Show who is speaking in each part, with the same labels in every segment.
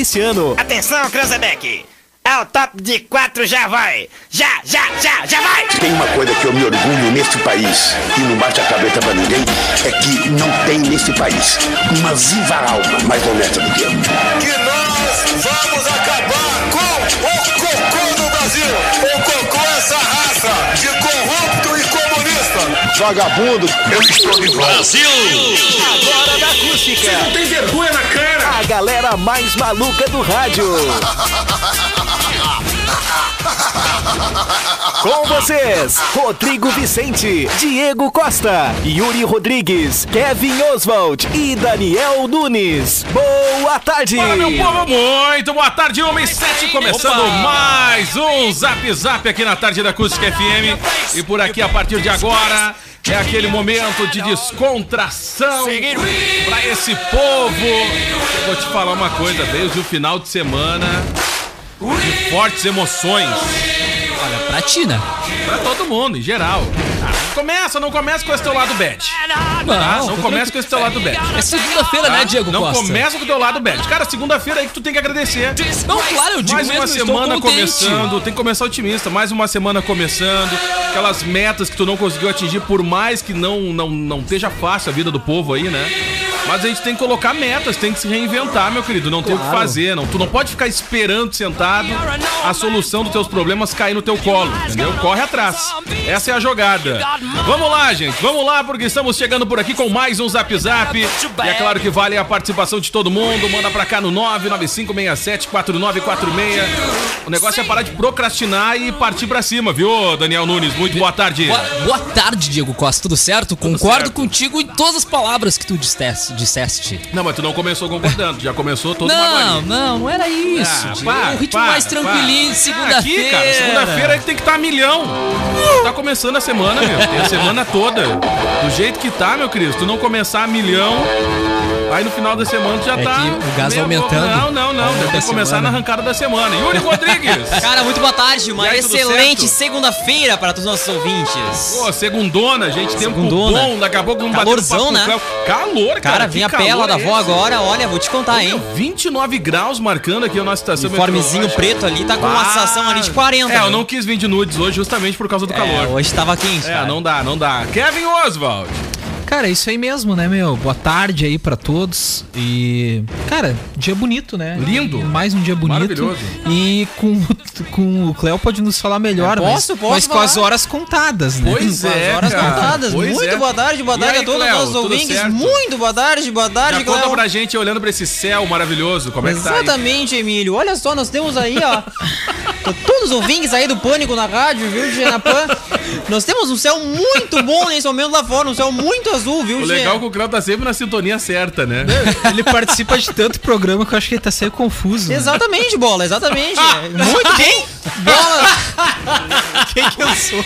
Speaker 1: esse ano.
Speaker 2: Atenção, Cranzebeck! É o top de quatro, já vai! Já, já, já, já vai!
Speaker 3: Tem uma coisa que eu me orgulho neste país e não bate a cabeça pra ninguém, é que não tem neste país uma viva alma mais honesta do que eu.
Speaker 4: que nós vamos acabar com o cocô do Brasil. O cocô é essa raça de corrupto e comunista.
Speaker 3: Vagabundo, eu estou de volta.
Speaker 1: Agora da acústica.
Speaker 4: Não tem vergonha na cara.
Speaker 1: A galera mais maluca do rádio. Com vocês, Rodrigo Vicente, Diego Costa, Yuri Rodrigues, Kevin Oswald e Daniel Nunes. Boa tarde!
Speaker 5: Fala, meu povo, muito boa tarde, 1 e 7, começando mais um Zap Zap aqui na tarde da Acústica FM. E por aqui, a partir de agora, é aquele momento de descontração pra esse povo. Eu vou te falar uma coisa, desde o final de semana, de fortes emoções.
Speaker 6: Olha, pra ti, né?
Speaker 5: Pra todo mundo, em geral. Ah, começa, não começa com esse teu lado bad.
Speaker 6: É,
Speaker 5: Tá? Não começa com
Speaker 6: tô tranquilo.
Speaker 5: esse teu lado bad.
Speaker 6: É segunda-feira, né, Diego
Speaker 5: Ah, Não
Speaker 6: Costa?
Speaker 5: começa com o teu lado bad. Cara, segunda-feira aí que tu tem que agradecer.
Speaker 6: Não, claro, eu digo
Speaker 5: Mais
Speaker 6: mesmo,
Speaker 5: uma
Speaker 6: eu
Speaker 5: semana
Speaker 6: estou contente.
Speaker 5: começando, tem que começar otimista. Mais uma semana começando, aquelas metas que tu não conseguiu atingir, por mais que não, não, não esteja fácil a vida do povo aí, né? Mas a gente tem que colocar metas, tem que se reinventar, meu querido. Não tem o que fazer, não. Tu não pode ficar esperando sentado a solução dos teus problemas cair no teu colo, entendeu? Corre atrás. Essa é a jogada. Vamos lá, gente. Vamos lá, porque estamos chegando por aqui com mais um Zap Zap. E é claro que vale a participação de todo mundo. Manda pra cá no 995674946. O negócio é parar de procrastinar e partir pra cima, viu, Daniel Nunes? Muito boa tarde.
Speaker 6: Boa, boa tarde, Diego Costa, tudo certo? Concordo
Speaker 5: certo.
Speaker 6: contigo em todas as palavras que tu disseste. disseste.
Speaker 5: Não, mas tu não começou concordando. Já começou todo
Speaker 6: Não,
Speaker 5: magoadinho.
Speaker 6: não, não era isso.
Speaker 5: Ah,
Speaker 6: Diego.
Speaker 5: para,
Speaker 6: um ritmo
Speaker 5: para,
Speaker 6: mais
Speaker 5: para.
Speaker 6: tranquilinho,
Speaker 5: Ah,
Speaker 6: de segunda-feira.
Speaker 5: aqui, cara, segunda-feira ele tem que estar a milhão. Tá começando a semana, meu. Tem a semana toda. Do jeito que tá, meu querido. Se tu não começar a milhão, aí no final da semana tu já
Speaker 6: É
Speaker 5: tá.
Speaker 6: que o gás
Speaker 5: meio-
Speaker 6: aumentando.
Speaker 5: Não, não, não.
Speaker 6: Aumenta
Speaker 5: Tem
Speaker 6: a
Speaker 5: que começar
Speaker 6: semana.
Speaker 5: na arrancada da semana. Yuri é Rodrigues.
Speaker 7: Cara, muito boa tarde, uma
Speaker 5: E aí, tudo
Speaker 7: excelente
Speaker 5: certo?
Speaker 7: segunda-feira para todos os nossos ouvintes.
Speaker 5: Pô, segundona, gente, tem um
Speaker 7: Segundona.
Speaker 5: cupom, daqui a pouco vamos bater um papo
Speaker 7: Calorzão, né?
Speaker 5: com o Cléo. Calor, cara.
Speaker 7: Cara,
Speaker 5: que
Speaker 7: vem a
Speaker 5: calor
Speaker 7: pela da
Speaker 5: é
Speaker 7: avó
Speaker 5: esse?
Speaker 7: agora, olha, vou te contar, hein?
Speaker 5: Meu, 29 graus marcando aqui a nossa estação
Speaker 7: Uniformezinho
Speaker 5: meteorológica.
Speaker 7: preto ali, tá com uma sensação ali de 40.
Speaker 5: É, eu
Speaker 7: né?
Speaker 5: não quis vir de nudes hoje justamente por causa do
Speaker 7: É,
Speaker 5: calor.
Speaker 7: hoje tava quente,
Speaker 5: É,
Speaker 7: cara.
Speaker 5: não dá, não dá. Kevin Oswald.
Speaker 6: Cara, é isso aí mesmo, né, meu? Boa tarde aí pra todos. E, cara, dia bonito, né?
Speaker 5: Lindo.
Speaker 6: Mais um dia bonito.
Speaker 5: Maravilhoso.
Speaker 6: E com, com o Cléo pode nos falar melhor,
Speaker 7: É, posso,
Speaker 6: mas,
Speaker 7: posso
Speaker 6: mas com
Speaker 7: falar?
Speaker 6: as horas contadas, né?
Speaker 5: Pois é,
Speaker 7: Horas
Speaker 5: cara.
Speaker 7: contadas,
Speaker 5: Pois
Speaker 7: muito
Speaker 5: é.
Speaker 7: boa tarde, boa
Speaker 5: E
Speaker 7: tarde
Speaker 5: aí,
Speaker 7: a todos os
Speaker 5: Cleo,
Speaker 7: nossos
Speaker 5: tudo
Speaker 7: ouvintes,
Speaker 5: certo?
Speaker 7: muito boa tarde, boa tarde,
Speaker 5: Já conta
Speaker 7: Tá Cleo.
Speaker 5: pra gente olhando pra esse céu maravilhoso, como é que tá aí?
Speaker 7: Exatamente, Emílio. Olha só, nós temos aí, ó. Todos os ouvintes aí do Pânico na rádio, viu, Genapan? Nós temos um céu muito bom nesse momento lá fora, um céu muito azul, viu,
Speaker 5: O
Speaker 7: Gê?
Speaker 5: legal é que o Cléo tá sempre na sintonia certa, né?
Speaker 6: Ele participa de tanto programa que eu acho que ele tá sendo confuso. né?
Speaker 7: Exatamente, bola, exatamente.
Speaker 5: Ah!
Speaker 7: Muito bem. Bola.
Speaker 6: Quem que eu sou?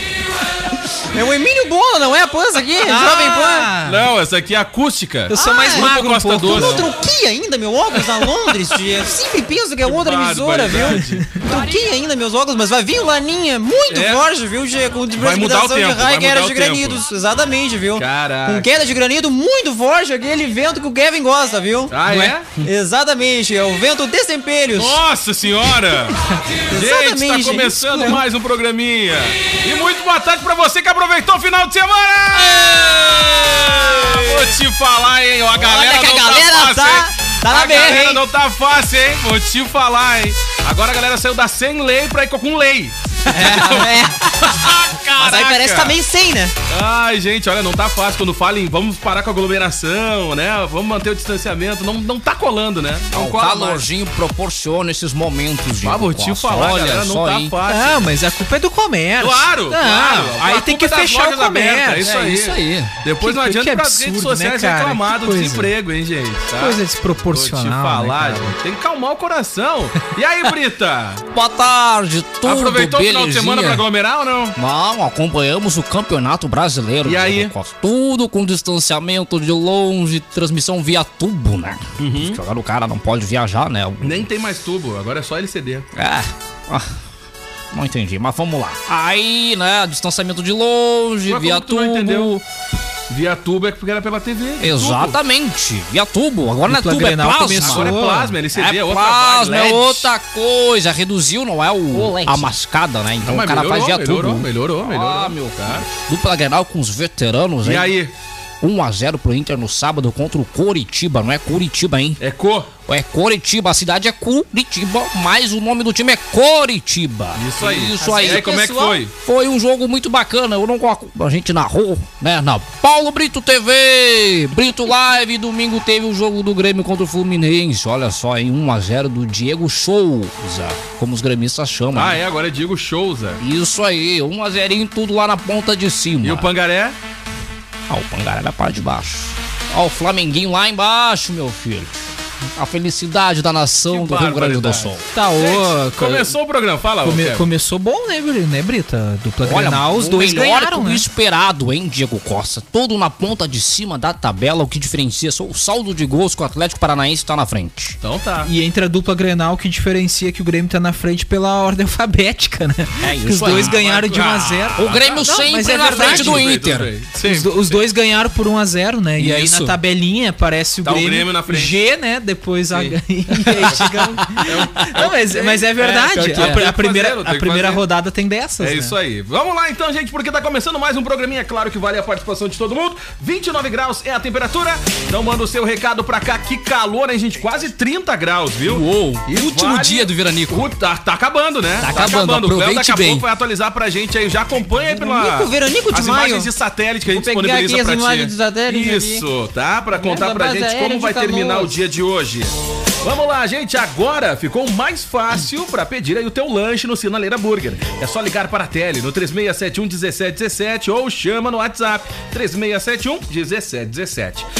Speaker 7: É o Emílio Bola, não é a Pança aqui?
Speaker 5: Ah!
Speaker 7: Jovem Pan. Ah,
Speaker 5: Não, essa aqui é acústica.
Speaker 6: Eu sou mais
Speaker 5: Grupo
Speaker 6: magro um
Speaker 5: Costa
Speaker 6: pouco.
Speaker 7: Tu
Speaker 5: Doce.
Speaker 7: não troquei ainda meu óculos na Londres, tia. Eu sempre penso que é outra emissora, viu?
Speaker 5: barbaridade.
Speaker 7: Troquei ainda meus óculos, mas vai vir o Laninha muito
Speaker 5: É.
Speaker 7: forte, viu, tia? Com
Speaker 5: Vai mudar o
Speaker 7: precipitação de
Speaker 5: tempo, vai
Speaker 7: raio que era
Speaker 5: mudar
Speaker 7: de
Speaker 5: o tempo.
Speaker 7: granitos. Exatamente, viu?
Speaker 5: Caraca.
Speaker 7: Com queda de granito muito forte, aquele vento que o Kevin gosta, viu?
Speaker 5: Ah,
Speaker 6: Não
Speaker 5: é?
Speaker 7: Exatamente, é o vento destempelhos.
Speaker 5: Nossa senhora! gente, tá
Speaker 7: Exatamente,
Speaker 5: começando
Speaker 7: isso.
Speaker 5: mais um programinha. E muito boa tarde pra você que aproveitou o final de semana! Vou te falar, hein? A galera
Speaker 7: que a
Speaker 5: não
Speaker 7: galera
Speaker 5: tá fácil,
Speaker 7: tá-
Speaker 5: hein?
Speaker 7: tá na
Speaker 5: A
Speaker 7: berra,
Speaker 5: galera
Speaker 7: hein?
Speaker 5: não tá fácil, hein? Vou te falar, hein? Agora a galera saiu da sem lei pra ir com lei.
Speaker 7: É, é. Mas aí
Speaker 5: Ah, Caraca.
Speaker 7: parece que tá meio sem, né?
Speaker 5: Ai, gente, olha, não tá fácil quando falam em vamos parar com a aglomeração, né? Vamos manter o distanciamento. Não, não tá colando, né? Não
Speaker 8: O
Speaker 5: cola
Speaker 8: calorzinho tá proporciona esses momentos,
Speaker 5: mais. Ah, vou te falar,
Speaker 8: Olha
Speaker 5: galera, não
Speaker 8: só,
Speaker 5: tá
Speaker 8: hein?
Speaker 5: fácil.
Speaker 6: Ah, mas a culpa é do comércio.
Speaker 5: Claro,
Speaker 6: Não,
Speaker 5: claro.
Speaker 6: Aí
Speaker 5: A culpa
Speaker 6: tem que
Speaker 5: é das
Speaker 6: fechar o
Speaker 5: lojas abertas,
Speaker 6: comércio.
Speaker 5: Isso
Speaker 8: É
Speaker 5: aí.
Speaker 8: isso aí.
Speaker 5: Depois
Speaker 6: Que-
Speaker 5: não
Speaker 6: que
Speaker 5: adianta pras
Speaker 6: absurdo,
Speaker 5: redes
Speaker 6: né,
Speaker 5: sociais
Speaker 6: cara?
Speaker 5: reclamar
Speaker 6: Que
Speaker 5: do
Speaker 6: coisa.
Speaker 5: é desemprego, hein, gente? Tá?
Speaker 6: Coisa
Speaker 5: Vou te
Speaker 6: desproporcional.
Speaker 5: falar,
Speaker 6: né, cara?
Speaker 5: gente. Tem que calmar o coração. E aí, Brita?
Speaker 8: Boa tarde, tudo
Speaker 5: Aproveitou o final de
Speaker 8: belezinha?
Speaker 5: semana pra aglomerar ou não?
Speaker 8: Não, acompanhamos o campeonato brasileiro.
Speaker 5: E
Speaker 8: Diego
Speaker 5: aí?
Speaker 8: Costa. Tudo com distanciamento de longe, transmissão via tubo, né?
Speaker 5: Uhum.
Speaker 8: Porque agora o cara não pode viajar, né?
Speaker 5: Nem tem mais tubo, agora é só LCD.
Speaker 8: É. Ah, não entendi, mas vamos lá. Aí, né, distanciamento de longe,
Speaker 5: Mas
Speaker 8: via
Speaker 5: como tu não
Speaker 8: tubo.
Speaker 5: entendeu? Via tubo é porque era pela TV.
Speaker 8: Exatamente. Via tubo. Agora não é
Speaker 6: Dupla
Speaker 8: tubo, é
Speaker 6: Grenal
Speaker 8: plasma.
Speaker 6: começou.
Speaker 5: Agora é plasma, LCD, é,
Speaker 8: é
Speaker 5: outra
Speaker 8: plasma,
Speaker 5: vibe,
Speaker 8: é
Speaker 5: LED.
Speaker 8: outra coisa. Reduziu, não é o, a mascada, né? Então
Speaker 5: Mas
Speaker 8: o cara
Speaker 5: melhorou,
Speaker 8: faz via
Speaker 5: melhorou,
Speaker 8: tubo.
Speaker 5: melhorou, melhorou.
Speaker 8: Ah, meu cara. Dupla Grenal com os veteranos,
Speaker 5: E
Speaker 8: hein?
Speaker 5: aí?
Speaker 8: 1x0 pro Inter no sábado contra o Coritiba. Não é Curitiba, hein?
Speaker 5: É cor?
Speaker 8: É Coritiba. A cidade é Curitiba, mas o nome do time é Coritiba.
Speaker 5: Isso aí.
Speaker 8: Isso aí.
Speaker 5: E aí, como é que
Speaker 7: pessoal.
Speaker 5: foi?
Speaker 8: Foi um jogo muito bacana. Eu não coloco- a gente narrou, né? Não. Paulo Brito TV, Brito Live. Domingo teve o jogo do Grêmio contra o Fluminense. Olha só, em 1 a 0 do Diego Souza, como os gremistas chamam.
Speaker 5: Ah, é, agora é Diego Souza.
Speaker 8: Isso aí, 1 a 0 tudo lá na ponta de cima.
Speaker 5: E o Pangaré?
Speaker 8: Ah, o Pangaré na parte de baixo. Ó, o Flamenguinho lá embaixo, meu filho. A felicidade da nação
Speaker 5: Que
Speaker 8: do Rio Grande do
Speaker 5: barbaridade.
Speaker 8: Sul.
Speaker 6: Tá
Speaker 5: Gente,
Speaker 6: louco.
Speaker 5: Começou o programa, fala. ô,
Speaker 6: Come-
Speaker 5: Kevin.
Speaker 6: começou bom, né, Bri- né, Brita? Dupla
Speaker 8: Olha,
Speaker 6: Grenal, os
Speaker 8: o
Speaker 6: dois
Speaker 8: melhor
Speaker 6: ganharam,
Speaker 8: do
Speaker 6: né?
Speaker 8: esperado, hein, Diego Costa? Todo na ponta de cima da tabela, o que diferencia só o saldo de gols que o Atlético Paranaense tá na frente.
Speaker 5: Então tá.
Speaker 6: E entre a dupla Grenal, que diferencia que o Grêmio tá na frente pela ordem alfabética, né?
Speaker 8: É isso
Speaker 6: Que os
Speaker 8: aí.
Speaker 6: dois ganharam de 1 a 0
Speaker 8: O Grêmio
Speaker 6: Não,
Speaker 8: sempre
Speaker 6: mas é
Speaker 8: na
Speaker 6: verdade,
Speaker 8: frente do
Speaker 5: Tá Tudo bem,
Speaker 8: Inter.
Speaker 5: tudo bem. Sim. é
Speaker 6: Os, do- os dois ganharam por 1 a 0 né? E, aí
Speaker 8: Isso.
Speaker 6: na tabelinha aparece o
Speaker 5: Tá o
Speaker 6: Grêmio,
Speaker 5: Grêmio na frente.
Speaker 6: G, né? Depois a...
Speaker 5: Sim.
Speaker 6: e aí chega um... Não, mas, mas é
Speaker 8: É, pior
Speaker 6: verdade.
Speaker 8: que
Speaker 6: a,
Speaker 8: é.
Speaker 6: pr-
Speaker 8: Tem que
Speaker 6: a
Speaker 5: fazer,
Speaker 6: primeira,
Speaker 5: tem
Speaker 6: a
Speaker 5: que
Speaker 6: primeira
Speaker 5: fazer.
Speaker 6: rodada tem dessas,
Speaker 5: É
Speaker 6: né?
Speaker 5: isso aí. Vamos lá então, gente, porque tá começando mais um programinha. Claro que vale a participação de todo mundo. 29 graus é a temperatura. Então manda o seu recado pra cá. Que calor, hein, gente? Quase 30 graus, viu?
Speaker 8: Uou, último dia do Veranico.
Speaker 5: O- Tá, tá acabando, né?
Speaker 8: Tá acabando,
Speaker 5: O Cléo
Speaker 8: aproveite
Speaker 5: daqui a
Speaker 8: bem.
Speaker 5: pouco vai atualizar pra gente aí. Já acompanha aí pela...
Speaker 7: Veranico, Veranico de
Speaker 5: as
Speaker 7: Maio.
Speaker 5: imagens de satélite que a gente
Speaker 7: Vou pegar
Speaker 5: disponibiliza
Speaker 7: aqui as
Speaker 5: pra ti.
Speaker 7: imagens de satélite
Speaker 5: Isso, tá? Pra contar
Speaker 7: Essa
Speaker 5: pra
Speaker 7: base
Speaker 5: gente
Speaker 7: aérea
Speaker 5: como
Speaker 7: de
Speaker 5: vai terminar o
Speaker 7: Canoas.
Speaker 5: dia dia de hoje. Vamos lá, gente. Agora ficou mais fácil para pedir aí o teu lanche no Sinaleira Burger. É só ligar para a Tele no 3671-1717 ou chama no WhatsApp 3671-1717.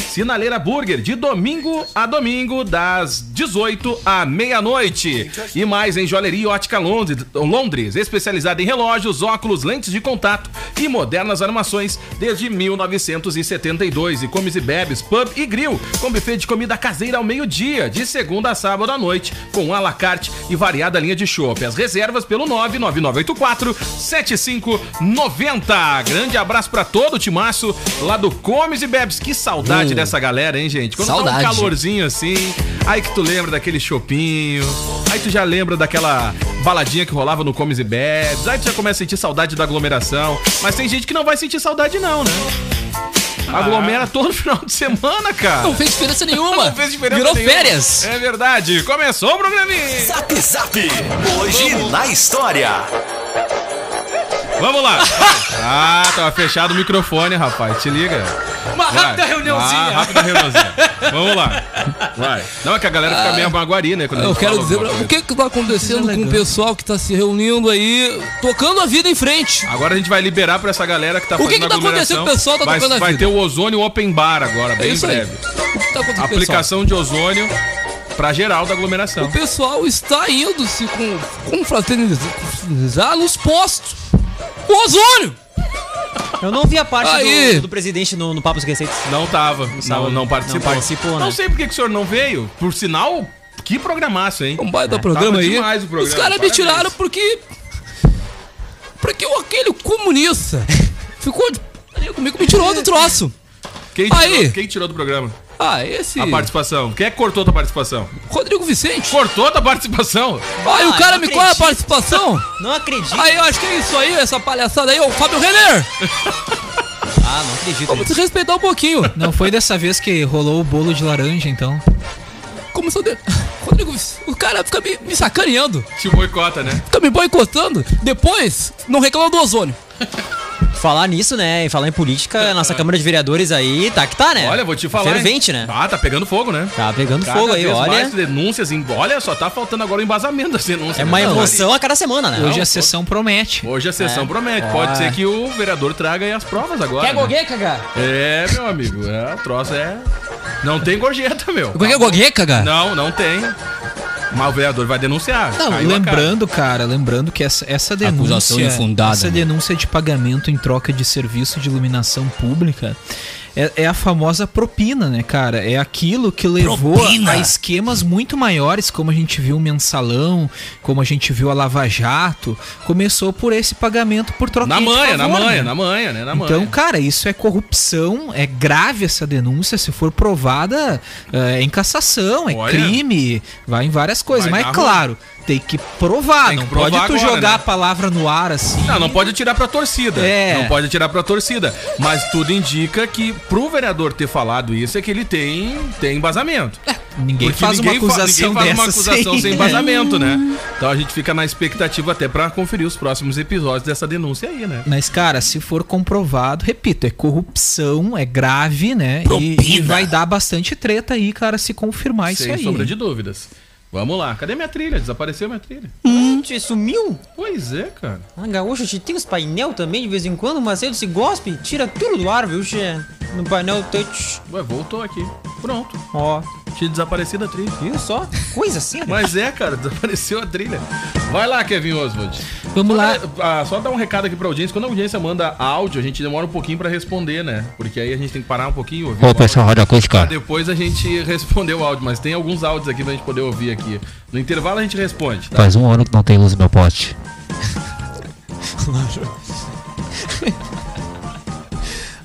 Speaker 5: Sinaleira Burger, de domingo a domingo, das 18 à meia-noite. E mais em Joalheria e Ótica Londres, Londres, especializada em relógios, óculos, lentes de contato e modernas armações desde 1972. E comes e bebes, pub e grill, com buffet de comida caseira ao meio-dia, de segunda a sábado à noite, com à la carte e variada linha de chopp. As reservas pelo 99984-7590. Grande abraço pra todo o timaço lá do Comes e Bebes. Que saudade dessa galera, hein, gente? Quando
Speaker 8: Saudade.
Speaker 5: tá um calorzinho assim, aí que tu lembra daquele chopinho, aí tu já lembra daquela baladinha que rolava no Comes e Bebes, aí tu já começa a sentir saudade da aglomeração. Mas tem gente que não vai sentir saudade não, né? Aglomera todo final de semana, cara.
Speaker 8: Não fez diferença nenhuma.
Speaker 5: Não fez diferença
Speaker 8: Virou
Speaker 5: nenhuma.
Speaker 8: férias.
Speaker 5: É verdade. Começou o programinha.
Speaker 1: Zap Zap, hoje na história.
Speaker 5: Vamos lá. Ah, tava fechado o microfone, rapaz. Te liga.
Speaker 8: Uma
Speaker 5: Vai.
Speaker 8: rápida reuniãozinha.
Speaker 5: Ah, rápida reuniãozinha. Vamos lá. Vai. Não, é que a galera fica meio maguari, né? quando a
Speaker 8: Eu
Speaker 5: gente
Speaker 8: quero
Speaker 5: fala
Speaker 8: dizer,
Speaker 5: alguma
Speaker 8: o
Speaker 5: coisa.
Speaker 8: que que tá acontecendo com o pessoal que tá se reunindo aí, tocando a vida em frente?
Speaker 5: Agora a gente vai liberar pra essa galera que tá
Speaker 8: que
Speaker 5: fazendo
Speaker 8: que tá
Speaker 5: aglomeração.
Speaker 8: acontecendo, pessoal? Tá
Speaker 5: vai,
Speaker 8: tocando a
Speaker 5: vai
Speaker 8: vida.
Speaker 5: ter o ozônio open bar agora,
Speaker 8: É
Speaker 5: bem
Speaker 8: isso aí.
Speaker 5: breve.
Speaker 8: O que tá acontecendo, pessoal?
Speaker 5: Aplicação de ozônio pra geral da aglomeração.
Speaker 8: O pessoal está indo se com, confraternizar confraternizar nos postos. O ozônio!
Speaker 7: Eu não vi a parte
Speaker 8: Aí.
Speaker 7: do, do presidente no, no Papo Esquecidos.
Speaker 5: Não tava. Não,
Speaker 7: sábado.
Speaker 5: não participou.
Speaker 7: Não participou, né?
Speaker 5: Não sei por que que o senhor não veio. Por sinal, que programaço, hein?
Speaker 8: É Um baita programa aí.
Speaker 5: demais o programa,
Speaker 8: Os caras me
Speaker 5: parabéns.
Speaker 8: tiraram porque. Porque o- aquele comunista ficou de putaria comigo, me tirou do troço.
Speaker 5: Quem tirou,
Speaker 8: Aí.
Speaker 5: quem tirou do programa?
Speaker 8: Ah, esse.
Speaker 5: A participação. Quem é que cortou a tua participação?
Speaker 8: Rodrigo Vicente.
Speaker 5: Cortou a tua participação?
Speaker 8: Aí o
Speaker 7: Ah,
Speaker 8: cara
Speaker 7: eu
Speaker 8: me
Speaker 7: não
Speaker 8: qual é a
Speaker 7: acredito.
Speaker 8: participação?
Speaker 7: Não acredito.
Speaker 8: Aí eu acho que é isso aí, essa palhaçada aí, ô Fábio Renner!
Speaker 7: Ah, não acredito.
Speaker 8: Vamos se respeitar um pouquinho.
Speaker 6: Não foi dessa vez que rolou o bolo de laranja, então?
Speaker 8: Começou de... Rodrigo, Vic- o cara fica me, me sacaneando,
Speaker 5: Te boicota, né?
Speaker 8: fica me boicotando, depois não reclama do ozônio.
Speaker 7: Falar nisso, né? E falar em política, a nossa Câmara de Vereadores aí tá que tá, né?
Speaker 5: Olha, vou te falar. hein?
Speaker 7: Fervente, né?
Speaker 5: Ah, tá pegando fogo, né?
Speaker 7: Tá pegando
Speaker 5: Cada
Speaker 7: fogo aí,
Speaker 5: vez
Speaker 7: olha.
Speaker 5: mais denúncias. Em... Olha, só tá faltando agora o embasamento das denúncias.
Speaker 7: É uma
Speaker 5: né?
Speaker 7: emoção É. a cada semana, né?
Speaker 6: Hoje a sessão promete.
Speaker 5: Hoje a sessão promete. Pode ser que o vereador traga aí as provas agora. né?
Speaker 7: cagar?
Speaker 5: É, meu amigo. É, o troço é. Não tem gorjeta, meu.
Speaker 8: Como é que é gogueca, cara?
Speaker 5: Não, não tem. Mas o vereador vai denunciar.
Speaker 6: Não,
Speaker 5: Caiu a
Speaker 6: lembrando, cara, lembrando que essa, essa
Speaker 8: Acusação
Speaker 6: denúncia,
Speaker 8: infundada,
Speaker 6: essa
Speaker 8: né?
Speaker 6: denúncia de pagamento em troca de serviço de iluminação pública, é, é a famosa propina, né, cara? É aquilo que levou
Speaker 8: Propina?
Speaker 6: a esquemas muito maiores, como a gente viu o mensalão, como a gente viu a Lava Jato. Começou por esse pagamento por troca
Speaker 5: Na manha, na manha, na manha, né? Na manha.
Speaker 6: Então, cara, isso é corrupção, é grave essa denúncia. Se for provada, é em cassação, é
Speaker 5: Olha.
Speaker 6: crime, vai em várias coisas.
Speaker 5: Vai
Speaker 6: Mas,
Speaker 5: dar ruim.
Speaker 6: claro, tem que provar,
Speaker 5: Tem que
Speaker 6: não
Speaker 5: provar
Speaker 6: pode tu
Speaker 5: agora,
Speaker 6: jogar
Speaker 5: né?
Speaker 6: a palavra no ar assim.
Speaker 5: Não, não pode tirar pra torcida.
Speaker 6: É.
Speaker 5: Não pode tirar pra torcida. Mas tudo indica que pro vereador ter falado isso é que ele tem, tem embasamento.
Speaker 6: Ninguém
Speaker 5: Porque
Speaker 6: faz uma
Speaker 5: fa-
Speaker 6: acusação
Speaker 5: ninguém faz
Speaker 6: dessa
Speaker 5: uma acusação sem,
Speaker 6: sem
Speaker 5: embasamento, né? Então a gente fica na expectativa até pra conferir os próximos episódios dessa denúncia aí, né?
Speaker 6: Mas, cara, se for comprovado, repito, é corrupção, é grave, né? E, e
Speaker 8: Propina.
Speaker 6: vai dar bastante treta aí, cara, se confirmar
Speaker 5: sem
Speaker 6: Ah, isso
Speaker 5: sombra
Speaker 6: aí.
Speaker 5: de dúvidas. Vamos lá. Cadê minha trilha? Desapareceu minha trilha.
Speaker 7: Tchê, Hum, Sumiu?
Speaker 5: Pois é, cara.
Speaker 7: Ah, gaúcho, tchê, tem os painel também de vez em quando, mas ele se gospe, tira tudo do ar, viu, tchê? No painel touch.
Speaker 5: Ué, voltou aqui. Pronto.
Speaker 7: Ó,
Speaker 5: Tinha desaparecido a trilha.
Speaker 7: viu só? Coisa assim.
Speaker 5: Mas é, cara, desapareceu a trilha. Vai lá, Kevin Oswald.
Speaker 6: Vamos lá.
Speaker 5: Ah, só dar um recado aqui pra audiência. Quando a audiência manda áudio, a gente demora um pouquinho pra responder, né? Porque aí a gente tem que parar um pouquinho ouvir. o áudio.
Speaker 8: Rádio Acústica.
Speaker 5: Pra Depois a gente responder o áudio, mas tem alguns áudios aqui pra gente poder ouvir aqui. No intervalo a gente responde, tá?
Speaker 8: Faz um ano que não tem luz no meu pote.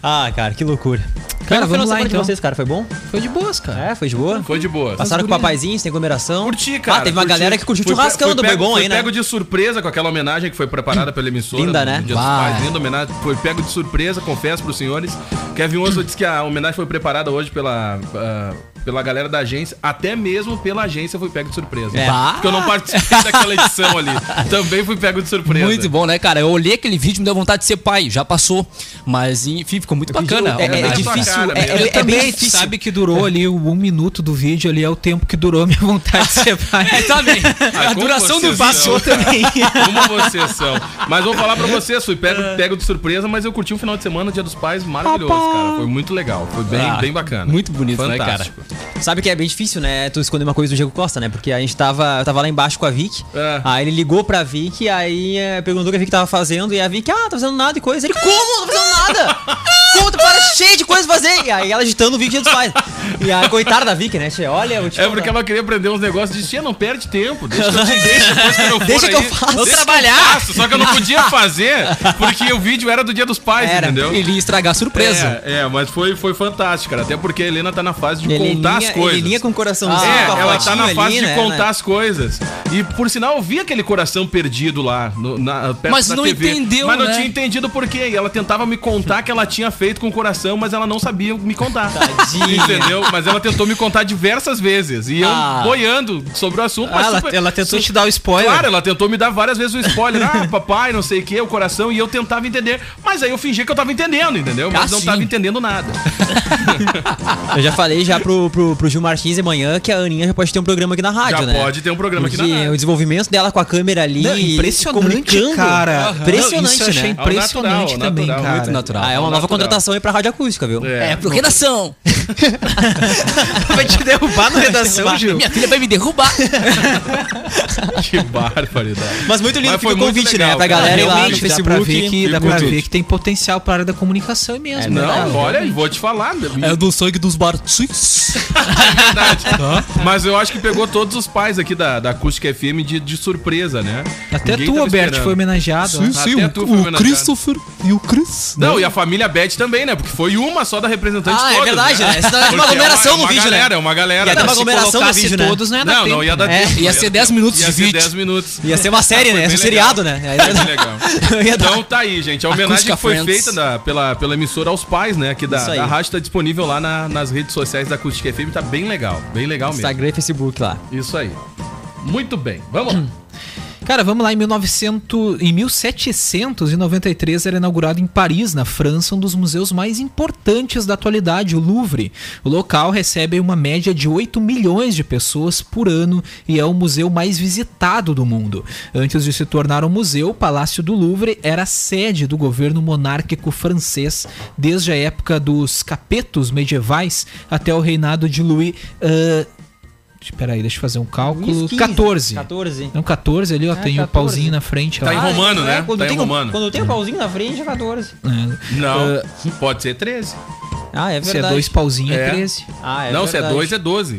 Speaker 7: Ah, cara, que loucura.
Speaker 6: Cara,
Speaker 7: Como é que foi
Speaker 6: vamos
Speaker 7: nossa
Speaker 6: lá,
Speaker 7: parte de
Speaker 6: então.
Speaker 7: vocês, cara, foi bom?
Speaker 6: Foi de boas, cara.
Speaker 7: É, foi de boa.
Speaker 5: Foi de boa.
Speaker 7: Passaram com
Speaker 6: gurias.
Speaker 7: papaizinho, sem aglomeração.
Speaker 5: Curti, cara.
Speaker 7: Ah, teve uma
Speaker 5: curti.
Speaker 7: galera que curtiu
Speaker 5: Fui-
Speaker 7: churrascão
Speaker 5: fui
Speaker 7: do
Speaker 5: pego-
Speaker 7: Begon
Speaker 5: fui
Speaker 7: aí, né?
Speaker 5: pego de surpresa com aquela homenagem que foi preparada pela emissora.
Speaker 7: Linda,
Speaker 5: no
Speaker 7: né?
Speaker 5: Dia dos
Speaker 6: Vai.
Speaker 5: Pais. Linda homenagem. Foi pego de surpresa, confesso pros senhores. Kevin Oswald disse que a homenagem foi preparada hoje pela... ah, pela galera da agência, até mesmo pela agência fui pego de surpresa.
Speaker 7: É.
Speaker 5: Porque eu não participei daquela edição ali. Também fui pego de surpresa.
Speaker 8: Muito bom, né, cara? Eu olhei aquele vídeo e me deu vontade de ser pai. Já passou. Mas, enfim, ficou muito bacana.
Speaker 7: É, é,
Speaker 5: Olha
Speaker 7: é
Speaker 5: na tua
Speaker 7: difícil.
Speaker 5: cara,
Speaker 7: é-
Speaker 5: meu.
Speaker 7: é-
Speaker 6: Eu
Speaker 7: é
Speaker 6: também,
Speaker 7: bem
Speaker 6: tu
Speaker 7: difícil.
Speaker 6: sabe que durou ali o um minuto do vídeo ali, é o tempo que durou a minha vontade de ser pai.
Speaker 8: É, tá bem.
Speaker 5: A duração do
Speaker 6: Passou também.
Speaker 5: Como vocês são. Mas vou falar pra vocês, fui pego, pego de surpresa, mas eu curti um final de semana, Dia dos Pais, maravilhoso, cara. Foi muito legal. Foi bem,
Speaker 8: Ah,
Speaker 5: bem bacana.
Speaker 8: muito bonito, né,
Speaker 5: Fantástico.
Speaker 7: Sabe que é bem difícil, né? Tu esconder uma coisa do Diego Costa, né? Porque a gente tava, eu tava lá embaixo com a Vic.
Speaker 5: É.
Speaker 7: Aí ele ligou pra Vic, aí eh, perguntou o que a Vic tava fazendo. E a Vic, ah, tá fazendo nada e coisa. Ele, como? Não tá fazendo nada! Como tu para cheio de coisa pra fazer? E aí ela agitando o Vic dos pais. E a coitada da Vic, né? tchê? Olha, eu te
Speaker 5: É
Speaker 7: contar.
Speaker 5: porque ela queria aprender uns negócios de tia, não perde tempo. Deixa que eu te deixo, depois que eu for
Speaker 7: Deixa que eu
Speaker 5: aí,
Speaker 7: faço. Vou
Speaker 5: deixa que eu
Speaker 7: trabalhar.
Speaker 5: faço. Só que eu não podia fazer, porque o vídeo era do Dia dos Pais,
Speaker 7: Era.
Speaker 5: entendeu?
Speaker 8: Ele ia estragar a surpresa.
Speaker 5: É, é, mas foi, foi fantástico, cara. Até porque a Helena tá na fase de
Speaker 7: Heleninha-
Speaker 5: contar as coisas.
Speaker 7: Heleninha com o coraçãozinho,
Speaker 5: É,
Speaker 7: com a
Speaker 5: ela tá
Speaker 7: fotinho
Speaker 5: na
Speaker 7: ali,
Speaker 5: fase
Speaker 7: né,
Speaker 5: de contar
Speaker 7: né?
Speaker 5: as coisas. E por sinal, eu vi aquele coração perdido lá, no, na, perto
Speaker 8: Mas
Speaker 5: da
Speaker 8: não
Speaker 5: TV.
Speaker 8: entendeu,
Speaker 5: Mas não
Speaker 8: né?
Speaker 5: tinha entendido por quê. E ela tentava me contar que ela tinha feito com o coração, mas ela não sabia me contar.
Speaker 7: Tadinha.
Speaker 5: Entendeu? Mas ela tentou me contar diversas vezes. E eu
Speaker 7: Ah.
Speaker 5: boiando sobre o assunto. mas
Speaker 6: Ah, ela,
Speaker 5: super-
Speaker 6: ela tentou te dar o spoiler.
Speaker 5: Claro, ela tentou me dar várias vezes o spoiler. Ah, papai, não sei o que, o coração. E eu tentava entender. Mas aí eu fingia que eu tava entendendo, entendeu? Mas
Speaker 8: Ah,
Speaker 5: não
Speaker 8: sim.
Speaker 5: tava entendendo nada.
Speaker 7: Eu já falei já pro, pro, pro Gil Martins amanhã que a Aninha já pode ter um programa aqui na rádio,
Speaker 5: Já
Speaker 7: né?
Speaker 5: pode ter um programa aqui na
Speaker 7: Porque
Speaker 5: rádio.
Speaker 7: o desenvolvimento dela com a câmera ali.
Speaker 6: Não,
Speaker 7: e
Speaker 6: impressionante,
Speaker 7: comunicando,
Speaker 6: cara. Não,
Speaker 7: Impressionante,
Speaker 6: isso eu achei
Speaker 7: né?
Speaker 6: impressionante
Speaker 5: é natural,
Speaker 6: também,
Speaker 5: natural,
Speaker 6: cara.
Speaker 5: muito
Speaker 7: Ah, é uma nova
Speaker 5: Natural.
Speaker 7: contratação aí pra rádio acústica, viu?
Speaker 8: É, pro redação.
Speaker 6: Vai te derrubar
Speaker 7: Tá
Speaker 6: na redação, Gil.
Speaker 8: Minha filha vai me derrubar.
Speaker 5: Que barbaridade.
Speaker 7: Mas muito lindo
Speaker 5: Mas
Speaker 7: fica
Speaker 5: foi
Speaker 7: o
Speaker 5: muito
Speaker 7: convite,
Speaker 5: legal,
Speaker 7: né? Pra
Speaker 5: cara.
Speaker 7: galera ir lá no
Speaker 5: Realmente,
Speaker 6: dá pra ver
Speaker 7: Facebook.
Speaker 6: que,
Speaker 5: e
Speaker 6: dá pra
Speaker 5: curte.
Speaker 6: ver que tem potencial pra área da comunicação mesmo.
Speaker 5: É, Não,
Speaker 6: né?
Speaker 5: olha, vou te falar. É
Speaker 8: do sangue dos Bartus.
Speaker 6: É
Speaker 5: verdade. Mas eu acho que pegou todos os pais aqui da, da Acústica FM de, de surpresa, né?
Speaker 6: Até
Speaker 5: Ninguém
Speaker 6: tu,
Speaker 5: tava
Speaker 6: Alberto,
Speaker 5: esperando.
Speaker 6: foi homenageado. ó.
Speaker 7: né?
Speaker 5: sim, Até o- tu foi o homenageado. Christopher
Speaker 8: e o Chris.
Speaker 5: Não, e a família Beth também, né? Porque foi uma só da representante
Speaker 7: Ah, é
Speaker 5: de todos,
Speaker 7: verdade, né? Senão era uma
Speaker 5: Porque
Speaker 7: aglomeração
Speaker 5: é uma,
Speaker 7: no vídeo, né?
Speaker 5: galera, É uma galera,
Speaker 7: Ia
Speaker 5: né?
Speaker 7: dar uma
Speaker 6: Se
Speaker 7: aglomeração no
Speaker 6: colocasse
Speaker 7: vídeo, né? É,
Speaker 6: todos, não ia dar
Speaker 5: Não, não ia dar
Speaker 6: tempo, né?
Speaker 5: tempo.
Speaker 8: Ia ser 10 minutos
Speaker 5: Ia
Speaker 8: de
Speaker 5: ser
Speaker 8: vídeo.
Speaker 5: 10 minutos.
Speaker 7: Ia ser uma série, né? Ia ser um
Speaker 5: Ah, bem
Speaker 7: seriado, né?
Speaker 5: Foi bem legal.
Speaker 7: ia dar-
Speaker 5: Então tá aí, gente. A homenagem
Speaker 8: Acústica
Speaker 5: que foi
Speaker 8: Friends.
Speaker 5: feita da- pela, pela emissora aos pais, né? Aqui da,
Speaker 7: Isso aí.
Speaker 5: da rádio tá disponível lá na- nas redes sociais da Acústica FM. Tá bem legal, bem legal mesmo.
Speaker 7: Instagram e Facebook lá.
Speaker 5: Isso aí. Muito bem, vamos lá.
Speaker 6: Cara, vamos lá, em, 1900, em 1793 era inaugurado em Paris, na França, um dos museus mais importantes da atualidade, o Louvre. O local recebe uma média de 8 milhões de pessoas por ano e é o museu mais visitado do mundo. Antes de se tornar um museu, o Palácio do Louvre era a sede do governo monárquico francês desde a época dos capetos medievais até o reinado de Louis... ah, Espera aí, deixa eu fazer um cálculo. 14.
Speaker 7: 14.
Speaker 6: Não, 14 ali, ó, tem
Speaker 7: 14.
Speaker 6: o pauzinho na frente. ó.
Speaker 5: Tá em romano, né?
Speaker 7: Ah, é? Quando
Speaker 5: Tá em
Speaker 7: tem, um-
Speaker 5: romano.
Speaker 7: Quando tem um pauzinho na frente, é 14.
Speaker 6: É.
Speaker 5: Não, pode ser 13.
Speaker 7: Ah, é
Speaker 6: Se é
Speaker 7: verdade.
Speaker 6: dois pauzinhos, é
Speaker 5: É.
Speaker 6: 13.
Speaker 7: Ah, é
Speaker 5: não, se é
Speaker 7: verdade.
Speaker 5: 2, é 12.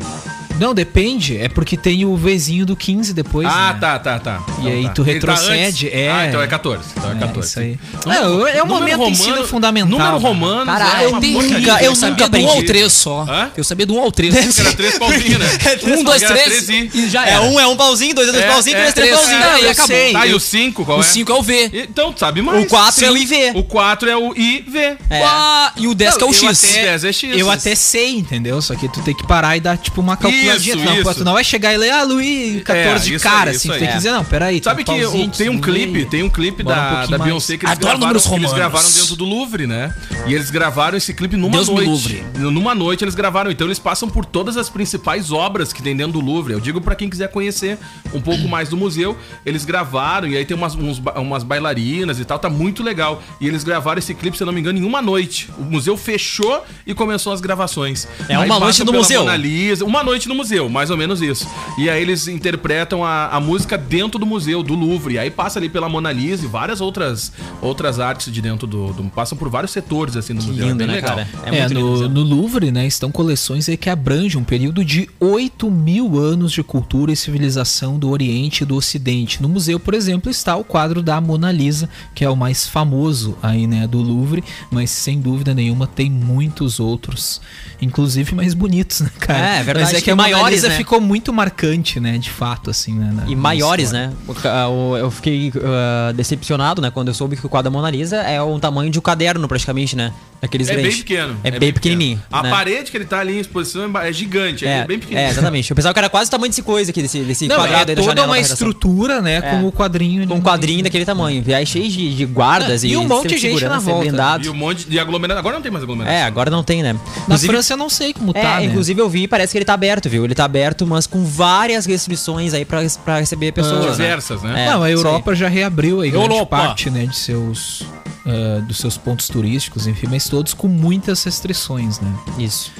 Speaker 6: Não, depende. É porque tem o Vzinho do 15 depois.
Speaker 5: ah,
Speaker 7: é.
Speaker 6: né?
Speaker 5: tá, tá, tá.
Speaker 6: E aí
Speaker 5: tá.
Speaker 6: tu
Speaker 5: Ele tá
Speaker 6: retrocede,
Speaker 5: antes.
Speaker 6: é.
Speaker 5: Ah, então é 14. Então é
Speaker 6: É,
Speaker 5: 14.
Speaker 6: isso aí.
Speaker 5: sim.
Speaker 6: É,
Speaker 5: Número-
Speaker 6: é um
Speaker 5: número
Speaker 6: momento ensino fundamental,
Speaker 5: Número
Speaker 6: né?
Speaker 5: romano.
Speaker 7: Cara,
Speaker 5: é
Speaker 7: eu
Speaker 5: uma
Speaker 7: nunca-
Speaker 5: porcaria.
Speaker 7: eu
Speaker 8: eu sabia
Speaker 7: nunca
Speaker 8: do 1 ao
Speaker 7: aprendi.
Speaker 8: 3 só.
Speaker 5: Hã?
Speaker 8: Eu sabia do 1 ao 3.
Speaker 5: Era três pauzinhos, né?
Speaker 8: Um, dois,
Speaker 5: Era
Speaker 8: três
Speaker 5: três
Speaker 8: e já
Speaker 7: É
Speaker 8: era.
Speaker 7: um, é um pauzinho, dois é dois
Speaker 5: É,
Speaker 7: pauzinhos,
Speaker 5: é,
Speaker 7: três, três
Speaker 5: três,
Speaker 7: pauzinhos.
Speaker 8: é,
Speaker 7: Não, e
Speaker 8: eu
Speaker 7: acabou.
Speaker 8: sei.
Speaker 5: Tá, e o 5 qual
Speaker 8: O
Speaker 5: é?
Speaker 8: 5 é o V.
Speaker 5: Então, tu sabe mais.
Speaker 7: O 4 é o
Speaker 5: Sim.
Speaker 7: IV.
Speaker 5: O 4 é o IV.
Speaker 7: É.
Speaker 8: Ah, E o 10 que é o
Speaker 5: eu
Speaker 8: X.
Speaker 5: até- 10 é X.
Speaker 6: Eu até sei, entendeu? Só que tu tem que parar e dar tipo uma calculadinha.
Speaker 5: Isso,
Speaker 6: não, pô,
Speaker 5: isso.
Speaker 6: tu não vai chegar e ler, ah, Luiz, 14
Speaker 5: É,
Speaker 6: de
Speaker 5: isso
Speaker 6: cara,
Speaker 5: aí, isso
Speaker 6: assim. Tu
Speaker 5: aí.
Speaker 6: tem que dizer, não, peraí.
Speaker 5: Sabe que
Speaker 6: pauzinho,
Speaker 5: o- tem um
Speaker 6: tudo bem.
Speaker 5: clipe, tem um clipe
Speaker 6: Bora um
Speaker 5: da,
Speaker 6: pouquinho
Speaker 5: da
Speaker 6: mais.
Speaker 5: Beyoncé que eles,
Speaker 8: Adoro
Speaker 5: gravaram,
Speaker 8: números
Speaker 5: que eles
Speaker 8: romanos.
Speaker 5: gravaram dentro do Louvre, né? E eles gravaram esse clipe numa
Speaker 8: Deus me
Speaker 5: noite.
Speaker 8: livre.
Speaker 5: Numa noite eles gravaram. Então eles passam por todas as principais obras que tem dentro do Louvre. Eu digo pra quem quiser conhecer um pouco mais do museu, eles gravaram e aí tem umas, uns ba- umas bailarinas e tal, tá muito legal. E eles gravaram esse clipe, se eu não me engano, em uma noite. O museu fechou e começou as gravações.
Speaker 7: É uma noite
Speaker 5: passam
Speaker 7: no
Speaker 5: pela
Speaker 7: museu.
Speaker 5: Mona Lisa, uma noite no museu, mais ou menos isso. E aí eles interpretam a, a música dentro do museu, do Louvre. E aí passa ali pela Mona Lisa e várias outras, outras artes de dentro do, do- Passam por vários setores assim no museu.
Speaker 7: lindo,
Speaker 5: é bem
Speaker 7: né,
Speaker 5: legal.
Speaker 7: cara?
Speaker 6: É, no, no Louvre, né, estão coleções aí que abrangem um período de 8 mil anos de cultura e civilização do Oriente e do Ocidente. No museu, por exemplo, está o quadro da Mona Lisa, que é o mais famoso aí, né, do Louvre, mas sem dúvida nenhuma tem muitos outros, inclusive mais bonitos, né, cara?
Speaker 7: É, é verdade.
Speaker 6: Mas é que
Speaker 7: E
Speaker 6: a Mona
Speaker 7: maiores,
Speaker 6: Lisa
Speaker 7: né?
Speaker 6: ficou muito marcante, né, de fato, assim, né? na-
Speaker 7: E
Speaker 6: na
Speaker 7: maiores,
Speaker 6: história.
Speaker 7: né? O ca- o- Eu fiquei ah, decepcionado, né? Quando eu soube que o quadro da Mona Lisa é o tamanho de um caderno, praticamente, né? Daqueles
Speaker 5: É bem
Speaker 7: grandes.
Speaker 5: pequeno.
Speaker 7: É, bem pequenininho.
Speaker 5: pequeno. A
Speaker 7: né?
Speaker 5: parede que ele tá ali em exposição é ba- é gigante, é,
Speaker 7: é,
Speaker 5: bem pequeno.
Speaker 7: é, exatamente. Eu pensava que era quase o tamanho desse coisa aqui, desse, desse
Speaker 6: Não,
Speaker 7: quadrado
Speaker 6: é
Speaker 7: aí da
Speaker 6: toda
Speaker 7: janela.
Speaker 6: uma
Speaker 7: da redação.
Speaker 6: estrutura, né, com o quadrinho. ali
Speaker 7: Com um
Speaker 6: no
Speaker 7: quadrinho
Speaker 6: meio.
Speaker 7: daquele tamanho. E aí cheio de, de guardas
Speaker 6: Ah,
Speaker 7: e,
Speaker 6: e um monte de
Speaker 7: sistema
Speaker 6: gente na
Speaker 7: segurança
Speaker 6: volta.
Speaker 7: blindado.
Speaker 5: E um monte de aglomerado. Agora não tem mais aglomerado.
Speaker 7: É, agora não tem, né?
Speaker 6: Na
Speaker 7: Inclusive,
Speaker 6: França eu não sei como
Speaker 7: É,
Speaker 6: tá, né?
Speaker 7: inclusive eu vi, parece que ele tá aberto, viu? Ele tá aberto, mas com várias restrições aí pra, pra receber pessoas.
Speaker 5: Diversas, né?
Speaker 7: É,
Speaker 6: não, a
Speaker 7: isso
Speaker 6: Europa já reabriu aí grande
Speaker 8: Europa.
Speaker 6: parte né, de seus, ah, dos seus pontos turísticos, enfim, mas todos com muitas restrições, né?
Speaker 7: Isso.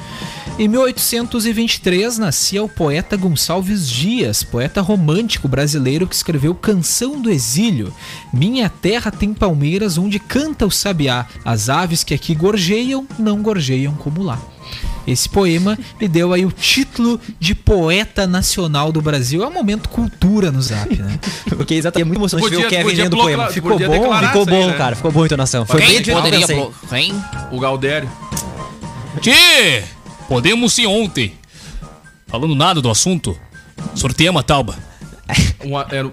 Speaker 6: Em 1823 nascia o poeta Gonçalves Dias, poeta romântico brasileiro que escreveu Canção do Exílio. Minha terra tem palmeiras onde canta o sabiá, as aves que aqui gorjeiam não gorjeiam como lá. Esse poema lhe deu aí o título de poeta nacional do Brasil. É um momento cultura no Zap, né?
Speaker 7: Porque exatamente é muito emocionante
Speaker 5: Podia-
Speaker 7: ver o Kevin
Speaker 5: podia
Speaker 7: lendo o
Speaker 5: bloquear-
Speaker 7: poema. Ficou
Speaker 5: podia
Speaker 7: bom,
Speaker 5: declarar
Speaker 7: ficou
Speaker 5: isso aí,
Speaker 7: bom,
Speaker 5: né?
Speaker 7: cara. Ficou boa a entonação. Foi bem
Speaker 8: Quem
Speaker 7: de
Speaker 8: poderia... blo- Quem?
Speaker 7: É.
Speaker 5: O Galdério.
Speaker 8: Tchê! Podemos ir ontem. Falando nada do assunto, sorteamos a Tauba.
Speaker 5: um a- era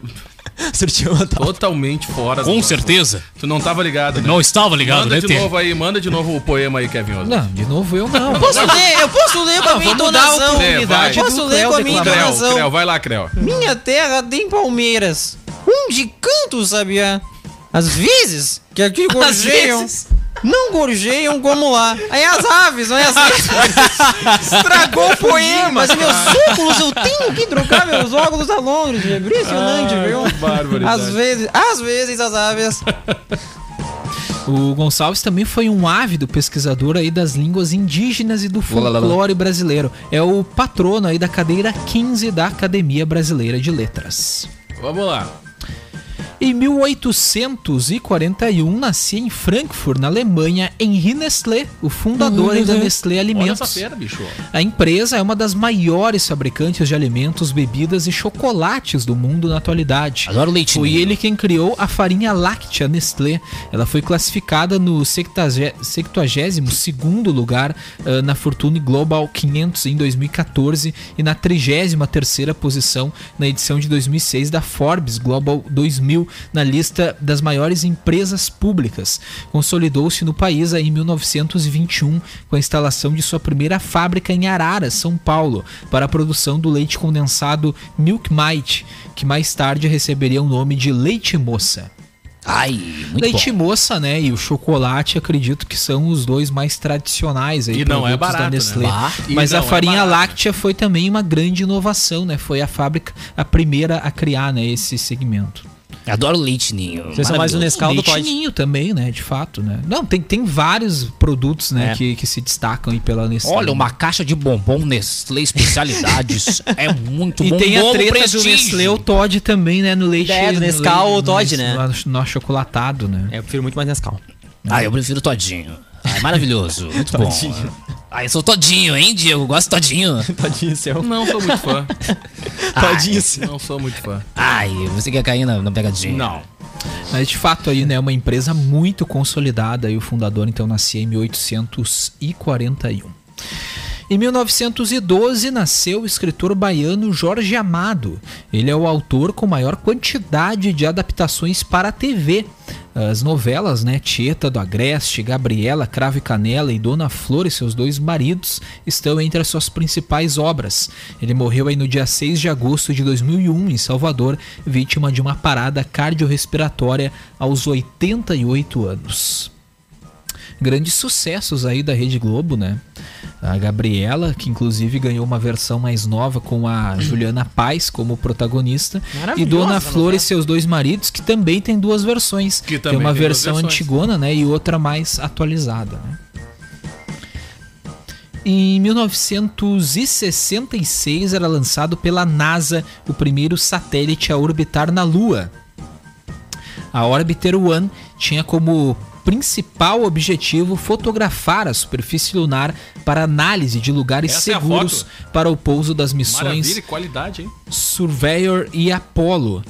Speaker 7: Surtiu uma tal.
Speaker 5: totalmente fora.
Speaker 8: Com
Speaker 5: do-
Speaker 8: certeza.
Speaker 5: Tu não tava ligado, né?
Speaker 8: Não estava ligado,
Speaker 5: Manda
Speaker 8: né,
Speaker 5: de
Speaker 8: Tê?
Speaker 5: novo aí, manda de novo o poema aí, Kevin Oswald.
Speaker 6: Não, de novo eu não.
Speaker 7: Posso ler? Eu posso ler com a minha
Speaker 6: vamos dar a
Speaker 7: entonação.
Speaker 5: oportunidade É, vai.
Speaker 7: Posso
Speaker 6: do
Speaker 7: ler
Speaker 6: Cléo
Speaker 7: com a minha
Speaker 5: Creu,
Speaker 6: declamar.
Speaker 7: entonação.
Speaker 5: Creu, vai lá, Creu.
Speaker 7: Minha terra tem palmeiras, onde canto o sabiá. Às vezes que aqui gorjeiam, não gorjeiam como lá. Aí as aves, aí as aves. Estragou o poema. Mas meus súculos, eu tenho que trocar meus óculos a Londres. É
Speaker 6: Ah.
Speaker 7: impressionante, viu?
Speaker 5: barbaridade.
Speaker 7: Às vezes, às vezes as aves.
Speaker 6: O Gonçalves também foi um ávido pesquisador aí das línguas indígenas e do folclore brasileiro. É o patrono aí da cadeira 15 da Academia Brasileira de Letras.
Speaker 5: Vamos lá.
Speaker 6: Em 1841, nascia em Frankfurt, na Alemanha, Henri Nestlé, o fundador aí da Nestlé
Speaker 5: Uhum. Olha essa
Speaker 6: Alimentos.
Speaker 5: fera, bicho.
Speaker 6: A empresa é uma das maiores fabricantes de alimentos, bebidas e chocolates do mundo na atualidade.
Speaker 8: Adoro leite
Speaker 6: Foi
Speaker 8: ninho.
Speaker 6: ele quem criou a farinha láctea Nestlé. Ela foi classificada no 72º lugar ah, na Fortune Global 500 em 2014 e na 33ª posição na edição de 2006 da Forbes Global 2000 na lista das maiores empresas públicas. Consolidou-se no país aí em 1921 com a instalação de sua primeira fábrica em Araras, São Paulo, para a produção do leite condensado Milk Mite, que mais tarde receberia o nome de Leite Moça.
Speaker 8: Ai, muito
Speaker 6: leite
Speaker 8: bom.
Speaker 6: Moça, né, e o chocolate, acredito que são os dois mais tradicionais aí
Speaker 5: E não é
Speaker 6: produtos
Speaker 5: barato, né? Bah. E
Speaker 6: Mas
Speaker 5: não
Speaker 6: a
Speaker 5: é
Speaker 6: farinha
Speaker 5: barato.
Speaker 6: láctea foi também uma grande inovação, né? Foi a fábrica a primeira a criar, né, esse segmento.
Speaker 8: Adoro leite ninho.
Speaker 7: Vocês são mais
Speaker 8: Maravilhoso.
Speaker 7: um Nescau do
Speaker 6: Leite
Speaker 7: Todd.
Speaker 6: ninho também, né? De fato, né? Não, tem, tem vários produtos, né?
Speaker 7: É.
Speaker 6: Que, que se destacam aí pela Nestlé.
Speaker 8: Olha, uma caixa de bombom Nestlé especialidades é muito
Speaker 6: E
Speaker 8: bom.
Speaker 6: tem a
Speaker 8: Bom
Speaker 6: treta
Speaker 8: um
Speaker 6: do
Speaker 8: prestígio.
Speaker 6: Nestlé, o Todd também, né? No leite.
Speaker 7: É, do
Speaker 6: no
Speaker 7: Nescau,
Speaker 6: leite-
Speaker 7: o Todd,
Speaker 6: no-
Speaker 7: né?
Speaker 6: No, no achocolatado, né?
Speaker 7: eu prefiro muito mais Nescau.
Speaker 8: Ah, eu prefiro todinho. Ah, Maravilhoso. Muito bom. Ah, eu sou todinho, hein, Diego? Gosto todinho.
Speaker 7: Tadinho, céu.
Speaker 5: Não sou muito fã.
Speaker 7: Tadinho, céu.
Speaker 5: Não sou muito fã.
Speaker 8: Ai, você quer cair na, na pegadinha?
Speaker 5: Não.
Speaker 6: Mas de fato aí, né, é uma empresa muito consolidada e o fundador então nascia em 1841. Em 1912 nasceu o escritor baiano Jorge Amado. Ele é o autor com maior quantidade de adaptações para a TV. As novelas, né, Tieta do Agreste, Gabriela, Cravo e Canela e Dona Flor e seus dois maridos estão entre as suas principais obras. Ele morreu aí no dia 6 de agosto de 2001 em Salvador, vítima de uma parada cardiorrespiratória aos 88 anos grandes sucessos aí da Rede Globo, né? A Gabriela, que inclusive ganhou uma versão mais nova com a Juliana Paz como protagonista. E
Speaker 7: Maravilhosa
Speaker 6: Dona
Speaker 7: a
Speaker 6: Flor e
Speaker 7: novela.
Speaker 6: seus dois maridos, que também tem duas versões.
Speaker 5: Que
Speaker 6: tem
Speaker 5: também
Speaker 6: uma
Speaker 5: tem duas
Speaker 6: versão
Speaker 5: versões.
Speaker 6: antigona, né? E outra mais atualizada, né? Em 1966 era lançado pela NASA o primeiro satélite a orbitar na Lua. A Orbiter One tinha como principal objetivo fotografar a superfície lunar para análise de lugares
Speaker 5: Essa é a
Speaker 6: seguros para o pouso das missões
Speaker 5: Maravilha e qualidade, hein?
Speaker 6: Surveyor e Apollo.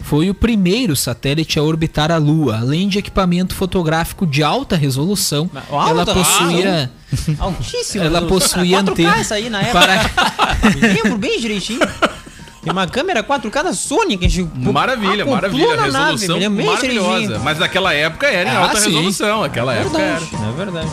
Speaker 6: Foi o primeiro satélite a orbitar a Lua. Além de equipamento fotográfico de alta resolução,
Speaker 7: Mas-
Speaker 6: ela
Speaker 7: alta
Speaker 6: possuía,
Speaker 7: Altíssimo.
Speaker 6: ela possuía
Speaker 7: 4K
Speaker 6: antena
Speaker 7: essa aí na época.
Speaker 6: para
Speaker 7: Eu lembro bem direitinho. Tem uma câmera 4K da Sony que a gente
Speaker 5: Maravilha,
Speaker 7: acoplou
Speaker 5: maravilha.
Speaker 7: na nave,
Speaker 5: Resolução
Speaker 7: lembra bem
Speaker 5: maravilhosa.
Speaker 7: direitinho.
Speaker 5: Mas naquela época era em
Speaker 8: Ah,
Speaker 5: alta
Speaker 8: sim.
Speaker 5: resolução. Aquela época era.
Speaker 7: Verdade, é verdade.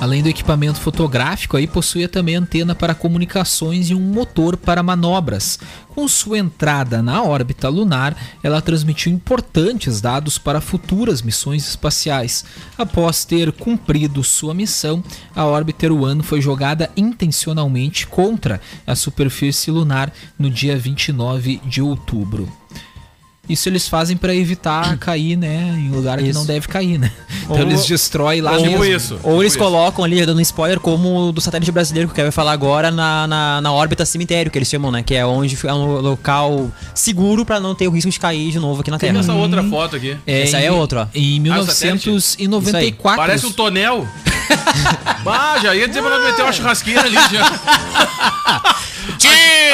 Speaker 6: Além do equipamento fotográfico, aí possuía também antena para comunicações e um motor para manobras. Com sua entrada na órbita lunar, ela transmitiu importantes dados para futuras missões espaciais. Após ter cumprido sua missão, a Orbiter One foi jogada intencionalmente contra a superfície lunar no dia 29 de outubro. Isso eles fazem para evitar cair, né, em lugar que
Speaker 7: Isso.
Speaker 6: não deve cair, né? Então
Speaker 7: Ou-
Speaker 6: eles destroem lá
Speaker 5: Tipo
Speaker 6: mesmo.
Speaker 5: isso.
Speaker 7: Ou eles
Speaker 5: tipo isso.
Speaker 7: colocam ali, já dando spoiler, como o do satélite brasileiro que o Kevin vai falar agora, na, na, na órbita cemitério, que eles chamam, né? Que é onde fica- é um local seguro pra não ter o risco de cair de novo aqui na
Speaker 5: Tem
Speaker 7: Terra.
Speaker 5: essa outra foto aqui.
Speaker 7: Essa aí Uhum. é
Speaker 6: em-
Speaker 7: outra, ó.
Speaker 6: Em
Speaker 5: Ah, o satélite?
Speaker 6: 1994.
Speaker 5: Parece um tonel. Bah, já ia dizer pra nós meter uma churrasqueira ali já.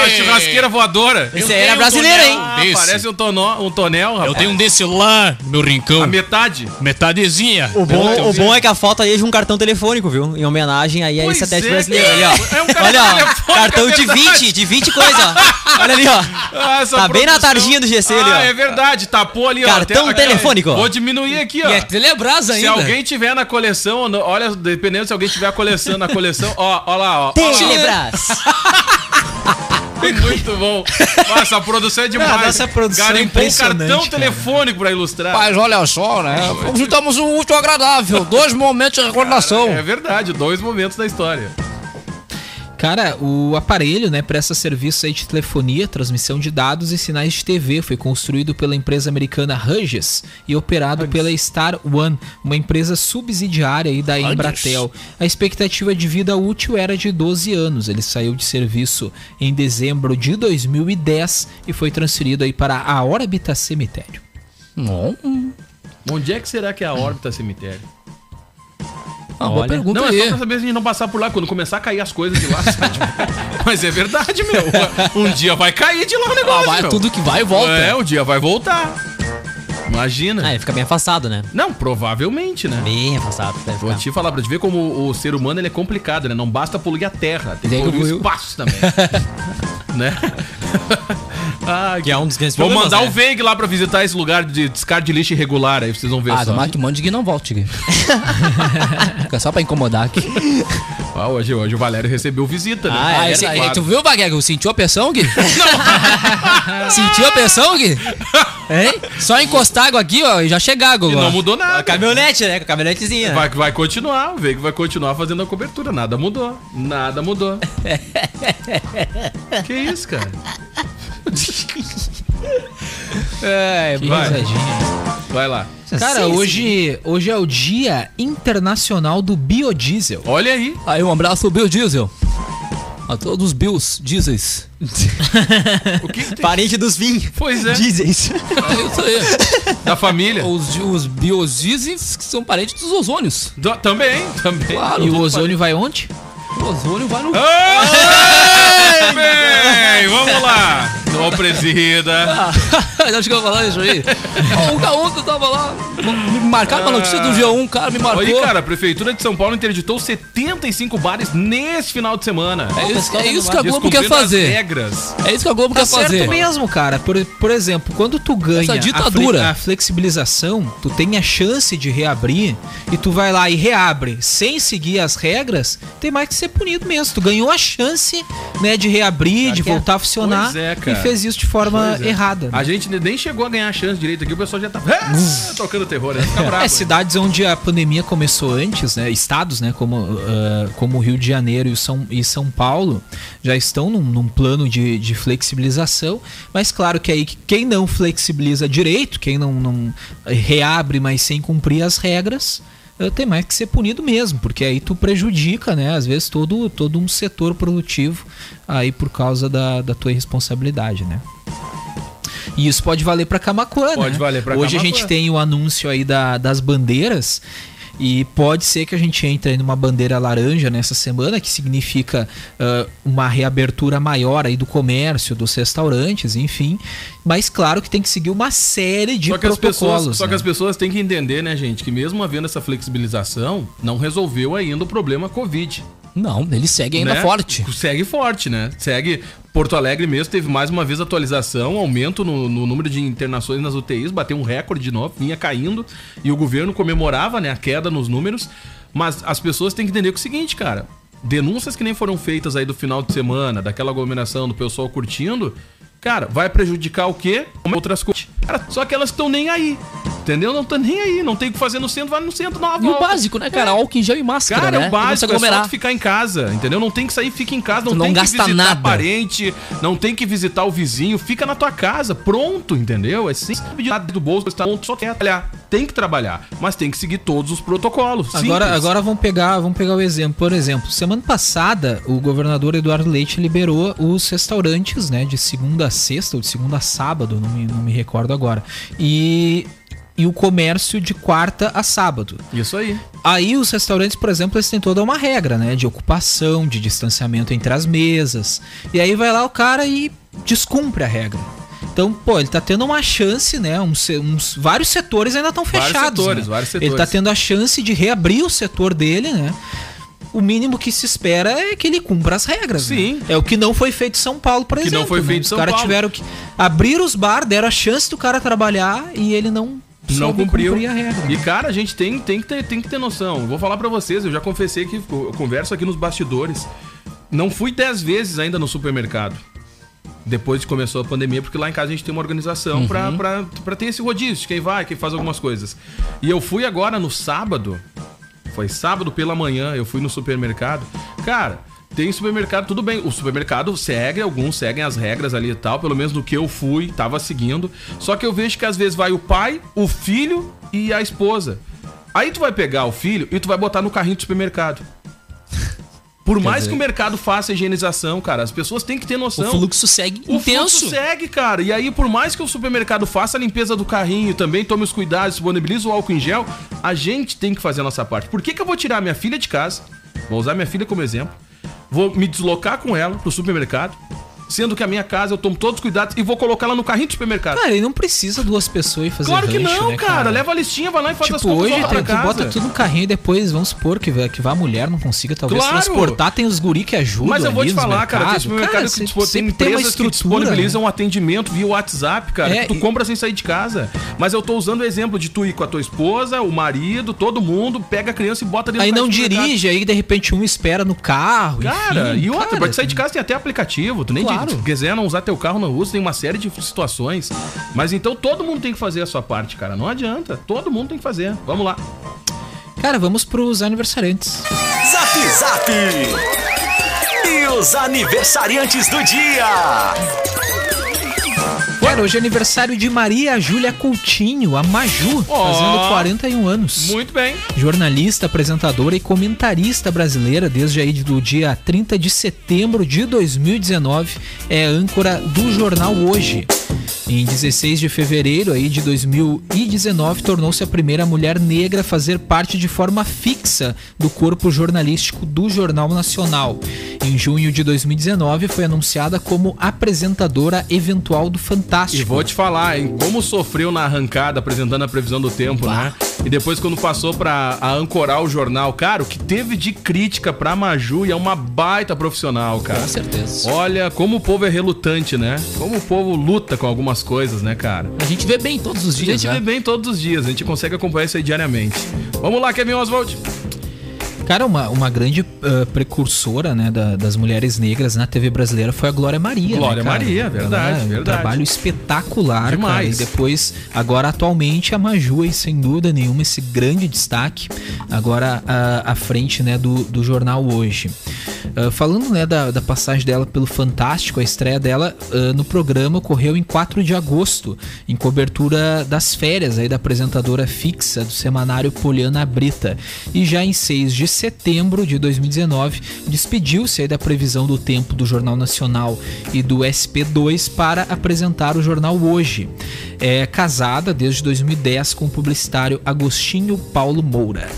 Speaker 5: A churrasqueira voadora.
Speaker 7: Esse
Speaker 4: um
Speaker 7: aí era brasileiro, hein?
Speaker 5: Ah, parece um, tonó, um tonel, rapaz.
Speaker 8: Eu tenho um desse lá no meu
Speaker 7: um.
Speaker 8: rincão.
Speaker 5: A metade.
Speaker 8: Metadezinha. um
Speaker 7: O bom, o bom é que a foto ali é de um cartão telefônico, viu? Em homenagem aí a
Speaker 5: Pois
Speaker 7: esse satélite
Speaker 5: é,
Speaker 7: brasileiro.
Speaker 5: cara.
Speaker 7: ali, ó.
Speaker 5: É um cartão
Speaker 7: Olha, ó.
Speaker 5: telefônico,
Speaker 7: Cartão de
Speaker 5: é verdade.
Speaker 7: 20, de 20 coisa, ó. Olha ali, ó.
Speaker 5: Ah, essa
Speaker 7: Tá bem na
Speaker 5: produção.
Speaker 7: tardinha do GC ali, ó.
Speaker 5: Ah, é verdade. Tapou ali,
Speaker 7: Cartão
Speaker 5: até-
Speaker 7: telefônico.
Speaker 5: Vou diminuir aqui, ó.
Speaker 8: E é Telebrás
Speaker 5: Se
Speaker 8: ainda.
Speaker 5: alguém tiver na coleção, ou não- olha, dependendo se alguém tiver a coleção, na coleção, ó, ó lá, ó.
Speaker 7: é
Speaker 5: ó lá,
Speaker 8: Ah,
Speaker 7: Telebras.
Speaker 5: muito bom. Ah, essa produção é demais.
Speaker 6: Ah, nossa produção é
Speaker 5: Garimpou um
Speaker 6: impressionante,
Speaker 5: cartão
Speaker 6: cara.
Speaker 5: telefônico pra ilustrar.
Speaker 8: Mas olha só, né? Juntamos um útil ao agradável. Dois momentos de recordação.
Speaker 5: É verdade, dois momentos da história.
Speaker 6: Cara, o aparelho, né, presta serviço aí de telefonia, transmissão de dados e sinais de TV. Foi construído pela empresa americana Hughes e operado pela Star One, uma empresa subsidiária aí da Embratel. A expectativa de vida útil era de 12 anos. Ele saiu de serviço em dezembro de 2010 e foi transferido aí para a órbita cemitério.
Speaker 8: Bom,
Speaker 5: Onde é que será que é a órbita cemitério?
Speaker 8: uma boa
Speaker 6: Olha.
Speaker 8: pergunta
Speaker 5: não, é só
Speaker 8: aí.
Speaker 5: pra saber se a gente não passar por lá. Quando começar a cair as coisas de lá, sabe? Mas é verdade, meu. Um dia vai cair de lá o
Speaker 8: Ah,
Speaker 5: negócio,
Speaker 8: vai,
Speaker 5: meu.
Speaker 8: tudo que vai e volta.
Speaker 5: É, o dia vai voltar. Imagina.
Speaker 7: Ah, ele fica bem afastado, né?
Speaker 5: Não, provavelmente, né?
Speaker 7: Bem afastado. Deve
Speaker 5: Vou
Speaker 7: ficar.
Speaker 5: te falar pra te ver como o ser humano ele é complicado, né? Não basta poluir a terra, tem que
Speaker 8: Tem que
Speaker 5: poluir o
Speaker 8: poluir o-
Speaker 5: espaço também. né? Ai,
Speaker 7: Que é um dos grandes
Speaker 5: Vou
Speaker 7: problemas,
Speaker 5: mandar
Speaker 7: né?
Speaker 5: o Veig lá pra visitar esse lugar de descarte de lixo irregular, aí vocês vão ver
Speaker 8: Ah,
Speaker 5: só.
Speaker 8: tomara que mande que não volte. Gui. Fica só pra incomodar aqui.
Speaker 5: Ah, hoje, hoje o Valério recebeu visita, né?
Speaker 7: Ah, é
Speaker 8: esse-
Speaker 5: verdade.
Speaker 8: tu viu, Baguego? Sentiu a pressão, Gui? Sentiu a pressão, Gui? Hein? Só encostar água aqui, ó, e já chegar, Gogô.
Speaker 5: E não mudou nada.
Speaker 7: Caminhonete, né? Com a caminhonetezinha.
Speaker 5: Vai, vai continuar, o Veig vai continuar fazendo a cobertura. Nada mudou. Nada mudou. que isso, cara?
Speaker 6: É,
Speaker 5: vai. Vai lá.
Speaker 6: Cara, hoje, hoje é o Dia Internacional do Biodiesel.
Speaker 5: Olha aí.
Speaker 8: Aí um abraço, Bill Diesel. A todos os Bills, diesels.
Speaker 5: O que, que tem?
Speaker 7: Parente dos vinhos.
Speaker 5: Pois é,
Speaker 7: Dizes.
Speaker 8: É isso aí.
Speaker 5: da família.
Speaker 8: Os, os Bills diesels que são parentes dos ozônios.
Speaker 5: Do- também, também.
Speaker 8: Claro.
Speaker 6: E o ozônio vai onde?
Speaker 8: O ozônio vai no...
Speaker 5: Ei, bem, vamos lá. Ô,
Speaker 8: Ah,
Speaker 5: presida.
Speaker 8: Acho que eu ia falar isso aí. Ó, O Gaúcho tava lá. Ah. Me marcaram uma notícia do G1, cara, me marcou.
Speaker 5: Aí, cara, a Prefeitura de São Paulo interditou 75 bares nesse final de semana.
Speaker 8: É isso, é isso que a Globo quer
Speaker 5: Descumprindo As
Speaker 8: fazer.
Speaker 5: regras.
Speaker 8: É isso que a Globo
Speaker 6: Tá
Speaker 8: quer
Speaker 6: certo
Speaker 8: fazer.
Speaker 6: mesmo, cara. Por, por exemplo, quando tu ganha
Speaker 8: Essa
Speaker 6: a fle-
Speaker 8: ditadura.
Speaker 6: A, flexibilização, tu tem a chance de reabrir e tu vai lá e reabre sem seguir as regras, tem mais que ser punido mesmo. Tu ganhou a chance, né, de reabrir, de
Speaker 7: que é.
Speaker 6: voltar a funcionar
Speaker 5: Pois é,
Speaker 6: e
Speaker 5: cara.
Speaker 6: fez isso de forma
Speaker 5: Pois é.
Speaker 6: errada. né?
Speaker 5: A gente nem chegou a ganhar a chance direito aqui, o pessoal já tá ah, tocando terror, né? Fica bravo.
Speaker 6: É, cidades onde a pandemia começou antes, né? Estados, né? Como, ah, como o Rio de Janeiro e, o São, e São Paulo já estão num, num plano de, de flexibilização, mas claro que aí que quem não flexibiliza direito, quem não, não reabre, mas sem cumprir as regras, ah, tem mais que ser punido mesmo, porque aí tu prejudica, né? Às vezes todo, todo um setor produtivo aí por causa da, da tua irresponsabilidade, né? E isso pode valer pra Camacuã,
Speaker 5: Pode
Speaker 6: né?
Speaker 5: valer pra
Speaker 6: Hoje a
Speaker 5: Camaquã.
Speaker 6: gente tem o anúncio aí da- das bandeiras. E pode ser que a gente entre aí numa bandeira laranja nessa semana, que significa ah, uma reabertura maior aí do comércio, dos restaurantes, enfim. Mas claro que tem que seguir uma série de
Speaker 5: Só que, as
Speaker 6: protocolos.
Speaker 5: pessoas, só que
Speaker 6: né?
Speaker 5: as pessoas têm que entender, né, gente, que mesmo havendo essa flexibilização, não resolveu ainda o problema Covid.
Speaker 8: Não, ele segue ainda
Speaker 5: né?
Speaker 8: forte.
Speaker 5: Segue forte, né? Segue. Porto Alegre mesmo teve mais uma vez atualização, aumento no, no número de internações nas UTIs, bateu um recorde de novo, vinha caindo e o governo comemorava né, a queda nos números. Mas as pessoas têm que entender que é o seguinte, cara: denúncias que nem foram feitas aí do final de semana, daquela aglomeração, do pessoal curtindo, cara, vai prejudicar o quê? Outras coisas. Cara, só aquelas que estão nem aí. Entendeu? Não tá nem aí, não tem o que fazer no centro, vai no centro, não
Speaker 8: E o básico, né, cara? Álcool em gel e máscara,
Speaker 5: Cara,
Speaker 8: né?
Speaker 5: é o
Speaker 8: Não se
Speaker 5: básico, é só
Speaker 8: aglomerar.
Speaker 5: tu ficar em casa, entendeu? Não tem que sair, fica em casa, não,
Speaker 8: Tu não
Speaker 5: tem
Speaker 8: gasta
Speaker 5: que visitar
Speaker 8: nada.
Speaker 5: parente, não tem que visitar o vizinho, fica na tua casa, pronto, entendeu? É simples pedir nada do bolso, está pronto, só quer trabalhar. Tem que trabalhar, mas tem que seguir todos os protocolos.
Speaker 6: Agora,
Speaker 5: simples.
Speaker 6: agora vamos pegar, vamos pegar o exemplo. Por exemplo, semana passada o governador Eduardo Leite liberou os restaurantes, né, de segunda a sexta ou de segunda a sábado, não me, não me recordo agora. E e o comércio de quarta a sábado.
Speaker 5: Isso aí.
Speaker 6: Aí os restaurantes, por exemplo, eles têm toda uma regra, né, de ocupação, de distanciamento entre as mesas. E aí vai lá o cara e descumpre a regra. Então, pô, ele tá tendo uma chance, né? um se- uns, vários setores ainda estão
Speaker 5: Vários
Speaker 6: fechados.
Speaker 5: setores,
Speaker 6: né?
Speaker 5: vários
Speaker 6: Ele tá
Speaker 5: setores.
Speaker 6: tendo a chance de reabrir o setor dele, né? O mínimo que se espera é que ele cumpra as regras. né?
Speaker 5: Sim.
Speaker 6: É o que não foi feito em São Paulo, por
Speaker 5: Que
Speaker 6: exemplo.
Speaker 5: não foi
Speaker 6: né?
Speaker 5: feito em São
Speaker 6: Os caras
Speaker 5: Paulo.
Speaker 6: tiveram que abrir os bar, deram a chance do cara trabalhar e ele não
Speaker 5: não
Speaker 6: soube
Speaker 5: cumpriu.
Speaker 6: cumprir a regra.
Speaker 5: E cara, a gente tem, tem, que ter, tem que ter noção. Eu vou falar pra vocês, eu já confessei que eu converso aqui nos bastidores. Não fui dez vezes ainda no supermercado. Depois que começou a pandemia, porque lá em casa a gente tem uma organização
Speaker 6: Uhum.
Speaker 5: pra, pra, pra ter esse rodízio, quem vai, quem faz algumas coisas. E eu fui agora no sábado, foi sábado pela manhã, eu fui no supermercado. Cara, tem supermercado, tudo bem. O supermercado segue, alguns seguem as regras ali e tal, pelo menos do que eu fui, tava seguindo. Só que eu vejo que às vezes vai o pai, o filho e a esposa. Aí tu vai pegar o filho e tu vai botar no carrinho do supermercado. Por mais que o mercado faça a higienização, cara, as pessoas têm que ter noção.
Speaker 8: O fluxo segue
Speaker 5: O
Speaker 8: intenso.
Speaker 5: fluxo segue, cara. E aí, por mais que o supermercado faça a limpeza do carrinho, também tome os cuidados, disponibilize o álcool em gel, a gente tem que fazer a nossa parte. Por que, que eu vou tirar minha filha de casa? Vou usar minha filha como exemplo. Vou me deslocar com ela pro supermercado, sendo que a minha casa eu tomo todos os cuidados e vou colocar ela no carrinho do supermercado.
Speaker 6: Cara, ele não precisa duas pessoas e fazer
Speaker 5: claro que
Speaker 6: rancho,
Speaker 5: não,
Speaker 6: né,
Speaker 5: cara. Leva a listinha, vai lá e faz as
Speaker 6: Tipo,
Speaker 5: compras
Speaker 6: hoje
Speaker 5: volta
Speaker 6: tem,
Speaker 5: pra
Speaker 6: tu
Speaker 5: casa.
Speaker 6: bota tudo no carrinho e depois, vamos supor que, vai- que vá a mulher, não consiga talvez
Speaker 5: Claro.
Speaker 6: transportar, tem os guri que ajudam
Speaker 5: Mas eu vou
Speaker 6: ali
Speaker 5: te
Speaker 6: nos
Speaker 5: falar, cara, tem
Speaker 6: mercados.
Speaker 5: supermercado
Speaker 6: Cara,
Speaker 5: que
Speaker 6: se-
Speaker 5: tipo, tem
Speaker 6: sempre tem uma
Speaker 5: empresas que
Speaker 6: estrutura,
Speaker 5: disponibilizam
Speaker 6: né?
Speaker 5: um atendimento via WhatsApp, cara.
Speaker 6: É,
Speaker 5: que tu
Speaker 6: e-
Speaker 5: compra sem sair de casa. Mas eu tô usando o exemplo de tu ir com a tua esposa, o marido, todo mundo, pega a criança e bota dentro
Speaker 6: né? Aí
Speaker 5: do
Speaker 6: não
Speaker 5: supermercado.
Speaker 6: dirige, aí de repente um espera no carro,
Speaker 5: Cara,
Speaker 6: enfim,
Speaker 5: e outra,
Speaker 6: cara,
Speaker 5: pra te sair de casa tem até aplicativo. Tu nem
Speaker 6: Claro.
Speaker 5: de, se quiser não usar teu carro, não usa, tem uma série de situações. Mas então todo mundo tem que fazer a sua parte, cara. Não adianta. Todo mundo tem que fazer. Vamos lá.
Speaker 6: Cara, vamos pros aniversariantes.
Speaker 1: Zap Zap! E os aniversariantes do dia!
Speaker 6: Cara, hoje é aniversário de Maria Júlia Coutinho, a Maju, fazendo 41 anos.
Speaker 5: Muito bem.
Speaker 6: Jornalista, apresentadora e comentarista brasileira desde aí do dia 30 de setembro de 2019, é âncora do jornal Hoje. Em 16 de fevereiro aí de 2019, tornou-se a primeira mulher negra a fazer parte de forma fixa do corpo jornalístico do Jornal Nacional. Em junho de 2019, foi anunciada como apresentadora eventual do Fantástico.
Speaker 5: E vou te falar, hein? Como sofreu na arrancada apresentando a previsão do tempo, né? E depois, quando passou pra a ancorar o jornal, cara, o que teve de crítica pra Maju e é uma baita profissional, cara.
Speaker 8: Com certeza.
Speaker 5: Olha como o povo é relutante, né? Como o povo luta com algumas coisas, né, cara?
Speaker 8: A gente vê bem todos os
Speaker 5: A
Speaker 8: dias,
Speaker 5: gente
Speaker 8: né?
Speaker 5: vê bem todos os dias, a gente consegue acompanhar isso aí diariamente. Vamos lá, Kevin Oswald.
Speaker 6: Cara, uma, uma grande ah, precursora né, da- das mulheres negras na TV brasileira foi a Glória Maria.
Speaker 5: Glória
Speaker 6: né, cara?
Speaker 5: Maria, verdade,
Speaker 6: Ela, Um
Speaker 5: verdade.
Speaker 6: trabalho espetacular, cara. E
Speaker 5: Demais.
Speaker 6: depois, agora atualmente, a Maju, aí, sem dúvida nenhuma, esse grande destaque. Agora ah, à frente né, do, do jornal hoje. Ah, falando né, da, da passagem dela pelo Fantástico, a estreia dela ah, no programa ocorreu em 4 de agosto, em cobertura das férias aí da apresentadora fixa do semanário Poliana Brita. E já em 6 de setembro de 2019, despediu-se aí da previsão do tempo do Jornal Nacional e do SP2 para apresentar o jornal hoje. É casada desde 2010 com o publicitário Agostinho Paulo Moura.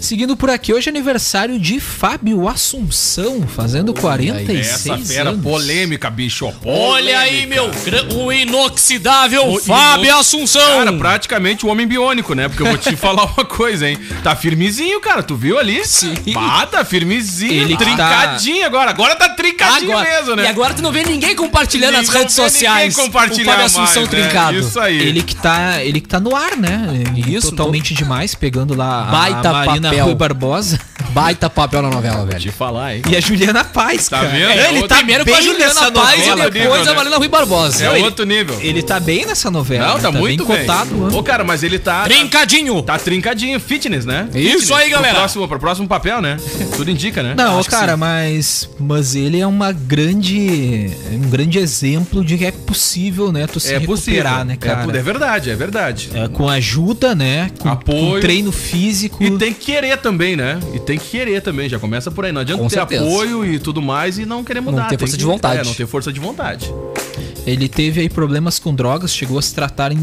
Speaker 6: Seguindo por aqui, hoje é aniversário de Fábio Assunção, fazendo 46
Speaker 5: Essa fera
Speaker 6: anos.
Speaker 5: polêmica, bicho.
Speaker 8: Olha aí, meu, gran- o inoxidável
Speaker 5: O
Speaker 8: Fábio
Speaker 5: inox-
Speaker 8: Assunção.
Speaker 5: Cara, praticamente o homem biônico, né? Porque eu vou te falar uma coisa, hein? Tá firmezinho, cara. Tu viu ali? Sim. Ah, tá firmezinho.
Speaker 6: Ele que tá-
Speaker 5: trincadinho agora. Agora tá trincadinho
Speaker 8: Agora-
Speaker 5: mesmo, né?
Speaker 8: E agora tu não vê ninguém compartilhando
Speaker 5: Ninguém
Speaker 8: nas redes
Speaker 5: vê ninguém
Speaker 8: sociais.
Speaker 5: compartilhar
Speaker 8: o Fábio Assunção
Speaker 5: mais, né?
Speaker 8: trincado.
Speaker 5: Isso aí.
Speaker 6: Ele que tá, ele que tá no ar, né?
Speaker 8: Isso,
Speaker 6: totalmente demais, pegando lá a-
Speaker 8: Baita
Speaker 6: a Marina
Speaker 8: papel.
Speaker 6: Rui Barbosa
Speaker 8: Baita papel na novela, velho.
Speaker 5: Te falar, hein?
Speaker 6: e a Juliana Paz,
Speaker 5: Tá
Speaker 6: cara.
Speaker 5: vendo?
Speaker 6: É,
Speaker 5: É
Speaker 6: ele
Speaker 5: outro-
Speaker 6: tá
Speaker 8: Primeiro com a
Speaker 6: bem
Speaker 8: Juliana
Speaker 6: nessa
Speaker 8: Paz e
Speaker 6: novela,
Speaker 5: novela,
Speaker 8: depois
Speaker 5: né?
Speaker 8: a Marina Rui Barbosa.
Speaker 5: É
Speaker 8: Ele-
Speaker 5: outro nível.
Speaker 6: Ele tá bem nessa
Speaker 8: É,
Speaker 6: novela.
Speaker 5: Não, tá, muito
Speaker 6: bem
Speaker 5: bem.
Speaker 6: cotado. né?
Speaker 5: Ô, cara, mas ele tá...
Speaker 8: Trincadinho.
Speaker 5: Tá trincadinho. Fitness, né?
Speaker 8: Isso
Speaker 5: Fitness.
Speaker 8: aí, galera.
Speaker 5: Pro próximo, pro próximo papel, né? Tudo indica, né?
Speaker 6: Não,
Speaker 8: Acho que
Speaker 6: cara, mas mas ele é uma grande um grande exemplo de que é possível, né, tu se
Speaker 5: É possível.
Speaker 6: recuperar, né,
Speaker 5: É, é
Speaker 6: cara?
Speaker 5: verdade, é verdade.
Speaker 6: É, com ajuda, né? Com,
Speaker 5: Apoio.
Speaker 6: com treino físico.
Speaker 5: E tem que querer também, né? E tem que querer também, já começa por aí. Não adianta
Speaker 8: Com
Speaker 5: ter
Speaker 8: certeza.
Speaker 5: apoio e tudo mais e não querer mudar.
Speaker 8: ter
Speaker 5: Tem
Speaker 8: força
Speaker 5: que-
Speaker 8: de vontade.
Speaker 5: É, não ter força de vontade.
Speaker 6: Ele teve aí problemas com drogas, chegou a se tratar em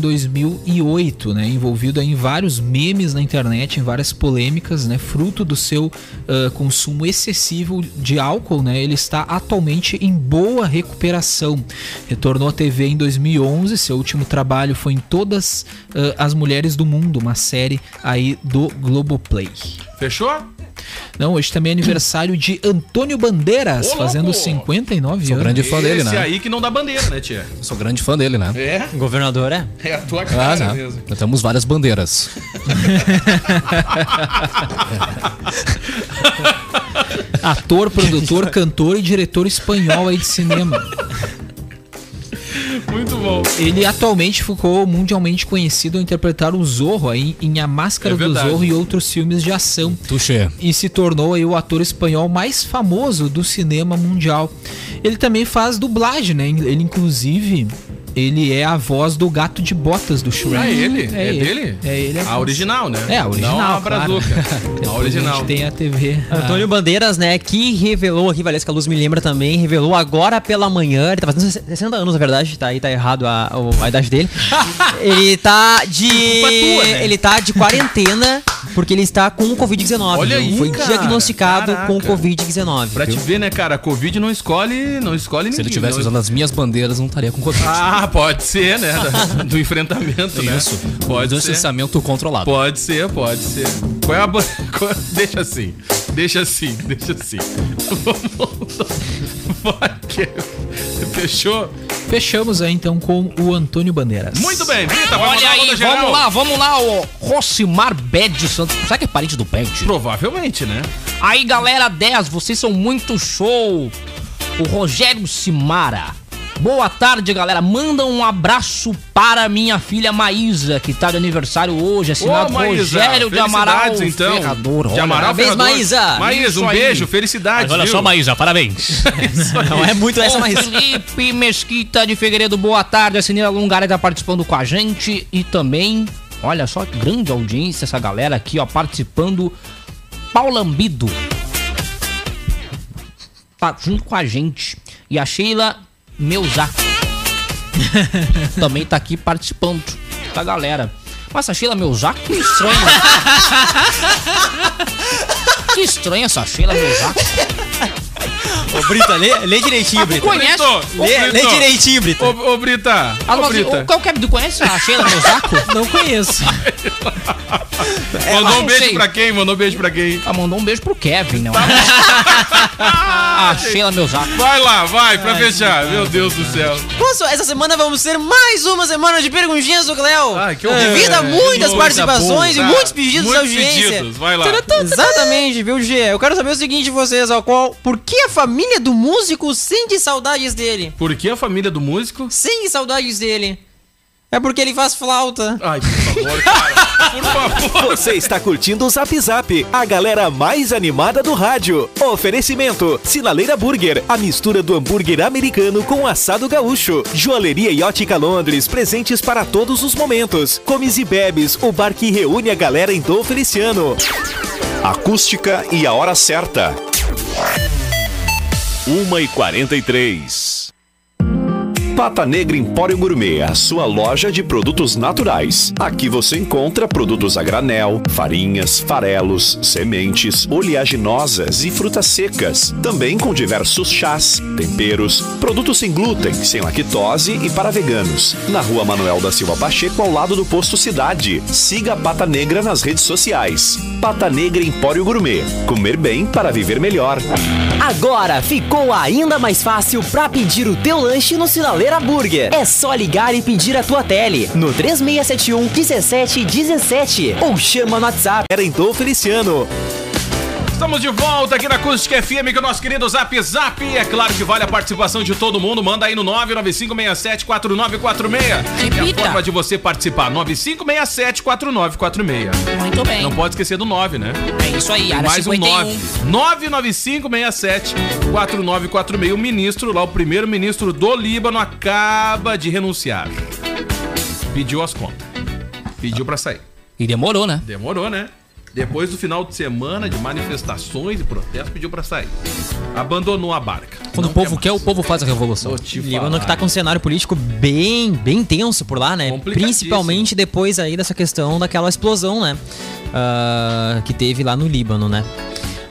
Speaker 6: 2008, né? Envolvido aí em vários memes na internet, em várias polêmicas, né? Fruto do seu ah, consumo excessivo de álcool, né? Ele está atualmente em boa recuperação. Retornou à TV em 2011, seu último trabalho foi em Todas ah, as Mulheres do Mundo, uma série aí do Globoplay.
Speaker 5: Fechou?
Speaker 6: Não, hoje também é aniversário de Antônio Bandeiras,
Speaker 5: Ô,
Speaker 6: fazendo
Speaker 5: louco!
Speaker 6: 59
Speaker 8: Sou
Speaker 6: anos.
Speaker 8: grande fã dele,
Speaker 5: Esse
Speaker 8: né?
Speaker 5: aí que não dá bandeira, né, tia?
Speaker 8: Sou grande fã dele, né?
Speaker 5: É,
Speaker 7: Governador, é?
Speaker 5: é a tua
Speaker 8: Ah,
Speaker 5: cara
Speaker 8: né?
Speaker 5: mesmo.
Speaker 8: Nós temos várias bandeiras.
Speaker 6: Ator, produtor, cantor e diretor espanhol aí de cinema.
Speaker 5: Muito bom.
Speaker 6: Ele atualmente ficou mundialmente conhecido ao interpretar o Zorro aí em A Máscara
Speaker 5: É
Speaker 6: do
Speaker 5: verdade.
Speaker 6: Zorro e outros filmes de ação.
Speaker 8: Tuxê.
Speaker 6: E se tornou aí o ator espanhol mais famoso do cinema mundial. Ele também faz dublagem, né? Ele inclusive ele é a voz do gato de botas do Shrek.
Speaker 5: Ah, é ele? É,
Speaker 6: ele.
Speaker 5: dele?
Speaker 6: É ele.
Speaker 5: A
Speaker 6: voz.
Speaker 5: original, né?
Speaker 6: É, a original.
Speaker 5: Não a
Speaker 6: claro.
Speaker 5: brazuca.
Speaker 6: Depois
Speaker 5: A original.
Speaker 6: gente tem a TV. a-
Speaker 7: Antônio Bandeiras, né, que revelou aqui, Valesca Luz me lembra também, revelou agora pela manhã, ele tá fazendo 60 anos, na verdade, tá aí, tá errado a, o- a idade dele. ele tá de.
Speaker 5: É né?
Speaker 7: Ele tá de quarentena, porque ele está com o Covid-19.
Speaker 5: Olha
Speaker 7: viu?
Speaker 5: aí,
Speaker 7: Foi
Speaker 5: cara.
Speaker 7: diagnosticado com o
Speaker 5: Caraca.
Speaker 7: Covid-19.
Speaker 5: Pra te
Speaker 7: viu?
Speaker 5: ver, né, cara? A Covid não escolhe, não escolhe
Speaker 8: Se ele
Speaker 5: ninguém,
Speaker 8: tivesse
Speaker 5: não-
Speaker 8: usando as minhas bandeiras, não estaria com Covid.
Speaker 5: Ah, pode ser, né? Da- Do enfrentamento, né?
Speaker 8: Isso.
Speaker 5: Pode ser.
Speaker 8: Distanciamento controlado.
Speaker 5: Pode ser, pode ser. Qual é a. ban- qual- Deixa assim. Deixa assim, deixa assim. Vamos. Vai, que- Fechou?
Speaker 6: Fechamos aí então com o Antônio Bandeiras.
Speaker 5: Muito bem, Brita, vai
Speaker 8: Olha
Speaker 5: mandar a
Speaker 8: aí,
Speaker 5: onda geral.
Speaker 8: vamos lá, vamos lá, o Rosimar Bede Santos. Será que é parente do Bede?
Speaker 5: Provavelmente, né?
Speaker 8: Aí, galera 10, vocês são muito show. O Rogério Simara. Boa tarde, galera. Manda um abraço para minha filha Maísa, que tá de aniversário hoje, assinado Rogério de Amaral
Speaker 5: felicidades, então.
Speaker 8: Ferrador.
Speaker 5: de
Speaker 8: Olha,
Speaker 5: Amaral
Speaker 7: parabéns,
Speaker 5: Ferrador.
Speaker 7: Maísa.
Speaker 5: Maísa, um
Speaker 8: Isso aí.
Speaker 5: beijo, felicidades.
Speaker 9: Mas olha
Speaker 5: viu?
Speaker 9: só, Maísa, parabéns.
Speaker 5: Isso aí.
Speaker 7: Não é muito essa,
Speaker 8: O
Speaker 7: mas.
Speaker 8: Felipe Mesquita de Figueiredo, boa tarde. A Sinira Lungaré tá participando com a gente e também, olha só, que grande audiência essa galera aqui, ó, participando. Paulambido tá junto com a gente. E a Sheila Meuzak também tá aqui participando da galera. Nossa, a Sheila Meuzak, que estranho. né? que estranho essa Sheila Meuzak.
Speaker 7: Ô, Brita, lê, lê direitinho, Brita.
Speaker 8: Ah, Conhece?
Speaker 5: Ô,
Speaker 8: É,
Speaker 7: Lê, lê
Speaker 5: Brito.
Speaker 7: direitinho, Brita.
Speaker 5: Ô, ô, Brita.
Speaker 8: Ah,
Speaker 5: Ô,
Speaker 8: mas,
Speaker 5: Brita.
Speaker 8: o- qual que é? Tu conhece a Sheila Meuzak?
Speaker 6: Não conheço.
Speaker 5: Mandou
Speaker 8: não
Speaker 5: um beijo
Speaker 8: sei.
Speaker 5: pra quem? Mandou um beijo pra quem?
Speaker 8: Ah, mandou um beijo pro Kevin,
Speaker 5: Tá
Speaker 8: não. a Sheila Meuzak.
Speaker 5: Vai lá, vai, pra fechar. Meu Deus do céu.
Speaker 7: Posso? Essa semana vamos ter mais uma semana de perguntinhas do Cléo.
Speaker 5: Ai, Ah, que horror.
Speaker 7: Devido a muitas
Speaker 5: Coisa
Speaker 7: participações
Speaker 5: boa.
Speaker 7: e muitos pedidos da
Speaker 5: Muitos
Speaker 7: audiência.
Speaker 5: pedidos, vai lá.
Speaker 7: Exatamente, viu, Gê? Eu quero saber o seguinte de vocês, ó, qual, por que a família do músico sente saudades dele?
Speaker 5: Por que a família do músico?
Speaker 7: Sente saudades dele. É porque ele faz flauta.
Speaker 5: Ai, por favor, cara. Por favor.
Speaker 1: Você está curtindo o Zap Zap, a galera mais animada do rádio. Oferecimento: Sinaleira Burger, a mistura do hambúrguer americano com assado gaúcho. Joalheria e ótica Londres, presentes para todos os momentos. Comes e bebes, o bar que reúne a galera em Dom Feliciano.
Speaker 10: Acústica e a hora certa. 1 e 43 Pata Negra Empório Gourmet, a sua loja de produtos naturais. Aqui você encontra produtos a granel, farinhas, farelos, sementes, oleaginosas e frutas secas. Também com diversos chás, temperos, produtos sem glúten, sem lactose e para veganos. Na rua Manuel da Silva Pacheco, ao lado do posto Cidade. Siga a Pata Negra nas redes sociais. Pata Negra Empório Gourmet. Comer bem para viver melhor.
Speaker 11: Agora ficou ainda mais fácil pra pedir o teu lanche no Sinaleira Burger. É só ligar e pedir a tua tele no 3671 1717 ou chama no WhatsApp.
Speaker 1: Era em Dom Feliciano.
Speaker 5: Estamos de volta aqui na Acústica FM com o nosso querido Zap Zap. É claro que vale a participação de todo mundo. Manda aí no 995674946. É a
Speaker 8: Repita.
Speaker 5: forma de você participar. 95674946.
Speaker 8: Muito bem.
Speaker 5: Não pode esquecer do 9, né?
Speaker 8: É isso aí,
Speaker 5: Tem
Speaker 8: área
Speaker 5: mais
Speaker 8: 51.
Speaker 5: um 9. 995674946. O ministro lá, o primeiro-ministro do Líbano, acaba de renunciar. Pediu as contas. Pediu pra sair.
Speaker 8: E demorou, né?
Speaker 5: Demorou, né? Depois do final de semana de manifestações e protestos, pediu pra sair. Abandonou a barca.
Speaker 8: Quando o povo quer, o povo faz a revolução.
Speaker 5: tipo,
Speaker 7: Líbano que tá com um cenário político bem, bem tenso por lá, né?
Speaker 5: Complicadíssimo.
Speaker 7: Principalmente depois aí dessa questão daquela explosão, né? Ah, que teve lá no Líbano, né?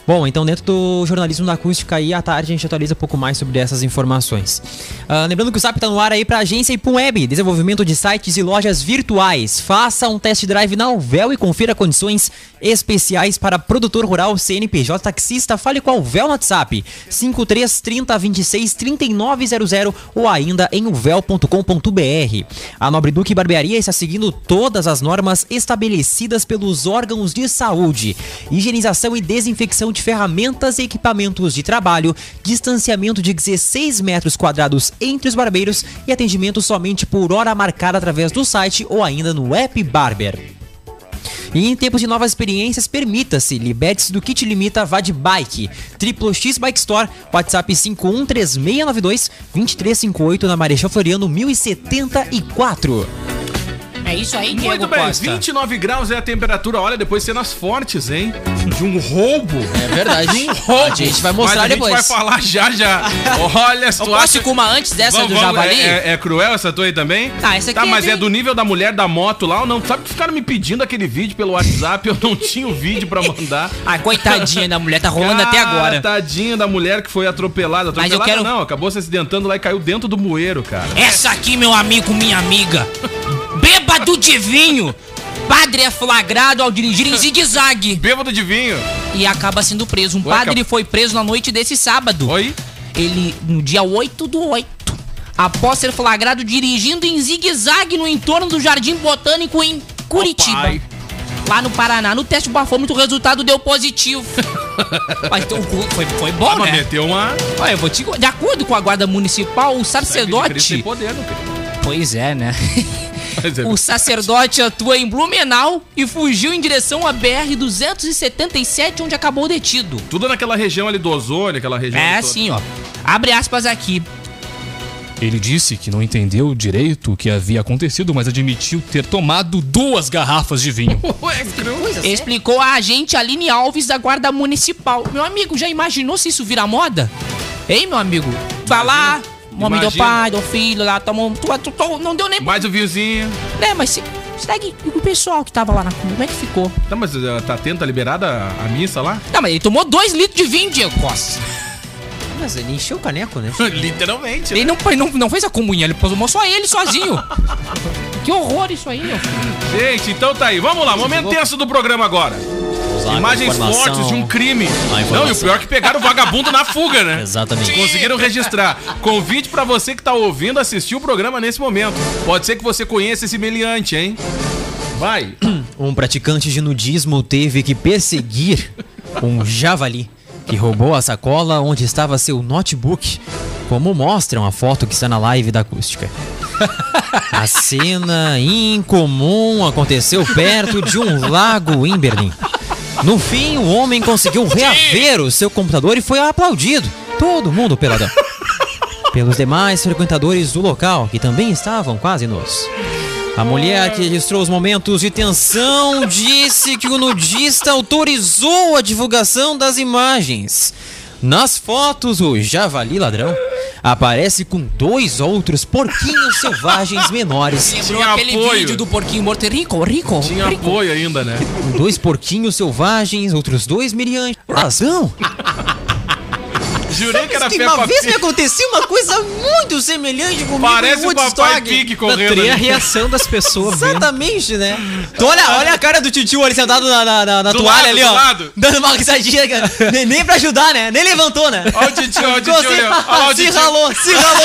Speaker 7: Bom, então dentro do jornalismo da acústica aí, à tarde a gente atualiza um pouco mais sobre essas informações. Ah, lembrando que o SAP tá no ar aí pra agência IPUMWeb, desenvolvimento de sites e lojas virtuais. Faça um test drive na Uvel e confira condições especiais para produtor rural, CNPJ, taxista, fale com a Uvel no WhatsApp 5330 26 3900 ou ainda em uvel.com.br. A Nobre Duque Barbearia está seguindo todas as normas estabelecidas pelos órgãos de saúde. Higienização e desinfecção de ferramentas e equipamentos de trabalho, distanciamento de 16 metros quadrados entre os barbeiros e atendimento somente por hora marcada através do site ou ainda no app Barber. E em tempos de novas experiências, permita-se, liberte-se do que te limita, vá de bike. Triplo X Bike Store, WhatsApp 513692-2358 na Marechal Floriano 1074.
Speaker 8: É isso aí,
Speaker 5: Muito
Speaker 8: Diego
Speaker 5: bem,
Speaker 8: Costa.
Speaker 5: 29 graus é a temperatura. Olha, depois cenas fortes, hein? De um roubo.
Speaker 7: É verdade. a gente vai
Speaker 5: Mas
Speaker 7: mostrar
Speaker 5: a gente
Speaker 7: depois.
Speaker 5: vai falar já, já. Olha a
Speaker 7: Eu posso
Speaker 5: situação.
Speaker 7: ir com uma antes dessa
Speaker 5: Vamos,
Speaker 7: do
Speaker 5: vamos,
Speaker 7: Javali?
Speaker 5: É, é- é cruel essa tua aí também?
Speaker 7: Ah, essa aqui
Speaker 5: Tá,
Speaker 7: é
Speaker 5: mas é
Speaker 7: bem-
Speaker 5: do nível da mulher da moto lá ou não? Sabe que ficaram me pedindo aquele vídeo pelo WhatsApp? Eu não tinha o vídeo pra mandar.
Speaker 7: Ah, coitadinha da mulher, tá rolando até
Speaker 5: Ah,
Speaker 7: agora.
Speaker 5: Tadinha da mulher que foi atropelada.
Speaker 8: Mas eu
Speaker 5: Atropelada
Speaker 8: quero-
Speaker 5: não, acabou se acidentando lá e caiu dentro do bueiro, cara.
Speaker 8: Essa aqui, meu amigo, minha amiga. Bêbado de vinho. Padre é flagrado ao dirigir em zigue-zague
Speaker 5: Bêbado de vinho.
Speaker 8: e acaba sendo preso. Um
Speaker 5: Ué,
Speaker 8: padre
Speaker 5: cap-
Speaker 8: foi preso na noite desse sábado.
Speaker 5: Oi?
Speaker 8: Ele, no dia 8 do 8, após ser flagrado dirigindo em zigue-zague no entorno do Jardim Botânico em Curitiba.
Speaker 5: Papai.
Speaker 8: lá no Paraná. No teste do bafômetro, o resultado deu positivo. Mas então foi, foi bom,
Speaker 5: Ah, Mas
Speaker 8: né?
Speaker 5: meteu uma.
Speaker 8: Olha, eu vou te... De acordo com a guarda municipal, o
Speaker 5: Cristo tem
Speaker 8: sacerdote...
Speaker 5: poder, não tem.
Speaker 8: Pois é, né?
Speaker 5: Mas é-
Speaker 8: O sacerdote atua em Blumenau e fugiu em direção à BR-277, onde acabou detido.
Speaker 5: Tudo naquela região ali do ozônio, aquela região.
Speaker 8: É
Speaker 5: toda.
Speaker 8: assim, ó. Abre aspas aqui. Ele disse que não entendeu direito o que havia acontecido, mas admitiu ter tomado duas garrafas de vinho. Explicou a agente Aline Alves da Guarda Municipal. Meu amigo, já imaginou se isso vira moda? Hein, meu amigo? Vai lá, o homem do
Speaker 5: Imagina.
Speaker 8: pai, do filho lá, tomou. um- tu- tu- tu- não deu nem.
Speaker 5: Mais o vinhozinho.
Speaker 8: Né, mas se, segue o pessoal que tava lá na. Como é que ficou?
Speaker 5: Tá, mas eh, tá atenta, liberada a a missa lá?
Speaker 8: Não, mas ele tomou dois litros de vinho, Diego Costa.
Speaker 7: Mas ele encheu o caneco, né?
Speaker 5: Literalmente.
Speaker 8: Ele não, ele não, não fez a comunhão, ele tomou só ele sozinho. que horror isso aí, meu filho.
Speaker 5: Gente, então tá aí. Vamos lá, momento tenso do programa agora. Imagens fortes de um crime. Não, e o pior é que pegaram o vagabundo na fuga, né?
Speaker 7: Exatamente.
Speaker 5: Conseguiram registrar. Convite pra você que tá ouvindo assistir o programa nesse momento. Pode ser que você conheça esse meliante, hein? Vai.
Speaker 7: Um praticante de nudismo teve que perseguir um javali que roubou a sacola onde estava seu notebook, como mostram a foto que está na live da acústica. A cena incomum aconteceu perto de um lago em Berlim. No fim, o homem conseguiu reaver o seu computador e foi aplaudido. Todo mundo peladão. Pelos demais frequentadores do local, que também estavam quase nus. A mulher que registrou os momentos de tensão disse que o nudista autorizou a divulgação das imagens. Nas fotos, o javali ladrão aparece com dois outros porquinhos selvagens menores
Speaker 8: Lembrou
Speaker 5: Tinha
Speaker 8: aquele
Speaker 5: apoio.
Speaker 8: vídeo do porquinho morto rico, rico.
Speaker 5: Tinha
Speaker 8: rico.
Speaker 5: apoio ainda, né?
Speaker 7: Dois porquinhos selvagens, outros dois miriantes. Razão?
Speaker 5: Jurei que era
Speaker 7: Que uma
Speaker 5: Peppa
Speaker 7: vez me
Speaker 5: Pig.
Speaker 7: aconteceu uma coisa muito semelhante comigo
Speaker 5: Parece
Speaker 7: em
Speaker 5: o Papai
Speaker 7: Woodstock.
Speaker 5: Pig correndo
Speaker 6: Tem a
Speaker 5: ali.
Speaker 6: reação das pessoas vendo.
Speaker 7: Exatamente, né? Então, olha, olha a cara do tio ali sentado na, na- na- na
Speaker 5: Do
Speaker 7: toalha
Speaker 5: lado,
Speaker 7: ali,
Speaker 5: do
Speaker 7: ó.
Speaker 5: lado.
Speaker 7: Dando uma risadinha, cara. Nem, nem pra ajudar, né? Nem levantou, né?
Speaker 5: Ó o Titio, ó o
Speaker 7: Ficou
Speaker 5: Titio,
Speaker 7: assim,
Speaker 5: olha. Ó o
Speaker 7: se
Speaker 5: Titio.
Speaker 7: ralou, se ralou.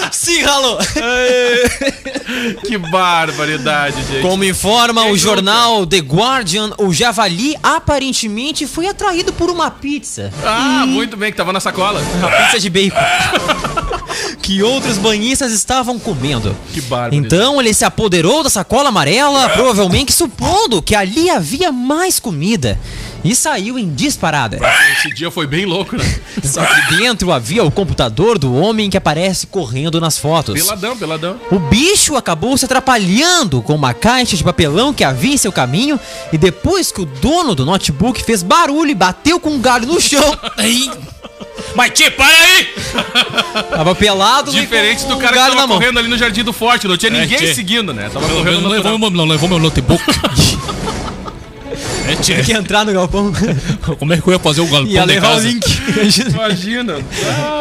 Speaker 7: se ralou.
Speaker 5: Que barbaridade, gente.
Speaker 7: Como informa o
Speaker 5: é?
Speaker 7: jornal The Guardian, o javali aparentemente foi atraído por uma pizza.
Speaker 5: Ah, muito bem, que tava na sacola.
Speaker 7: Uma pizza de bacon. que outros banhistas estavam comendo.
Speaker 5: Que bárbaro.
Speaker 7: Então ele se apoderou da sacola amarela, provavelmente supondo que ali havia mais comida. E saiu em disparada.
Speaker 5: Esse dia foi bem louco, né?
Speaker 7: Só que dentro havia o computador do homem que aparece correndo nas fotos.
Speaker 5: Peladão, peladão.
Speaker 7: O bicho acabou se atrapalhando com uma caixa de papelão que havia em seu caminho e depois que o dono do notebook fez barulho e bateu com um galho no chão. Ai,
Speaker 8: Mas tia, para aí!
Speaker 7: Tava pelado e
Speaker 5: Diferente
Speaker 7: com
Speaker 5: do
Speaker 7: um
Speaker 5: cara que
Speaker 7: galho
Speaker 5: tava
Speaker 7: na mão.
Speaker 5: correndo ali no Jardim do Forte, não tinha ninguém
Speaker 8: tchê.
Speaker 5: seguindo, né? Tava
Speaker 8: É, Pelo
Speaker 5: correndo
Speaker 8: menos não levou,
Speaker 5: natural.
Speaker 8: meu, não levou meu notebook. é,
Speaker 7: Tem que
Speaker 8: tia,
Speaker 7: entrar no galpão
Speaker 8: como é que eu ia fazer o galpão
Speaker 7: e ia
Speaker 8: de
Speaker 7: levar o
Speaker 8: casa?
Speaker 7: link.
Speaker 8: um
Speaker 5: Imagina.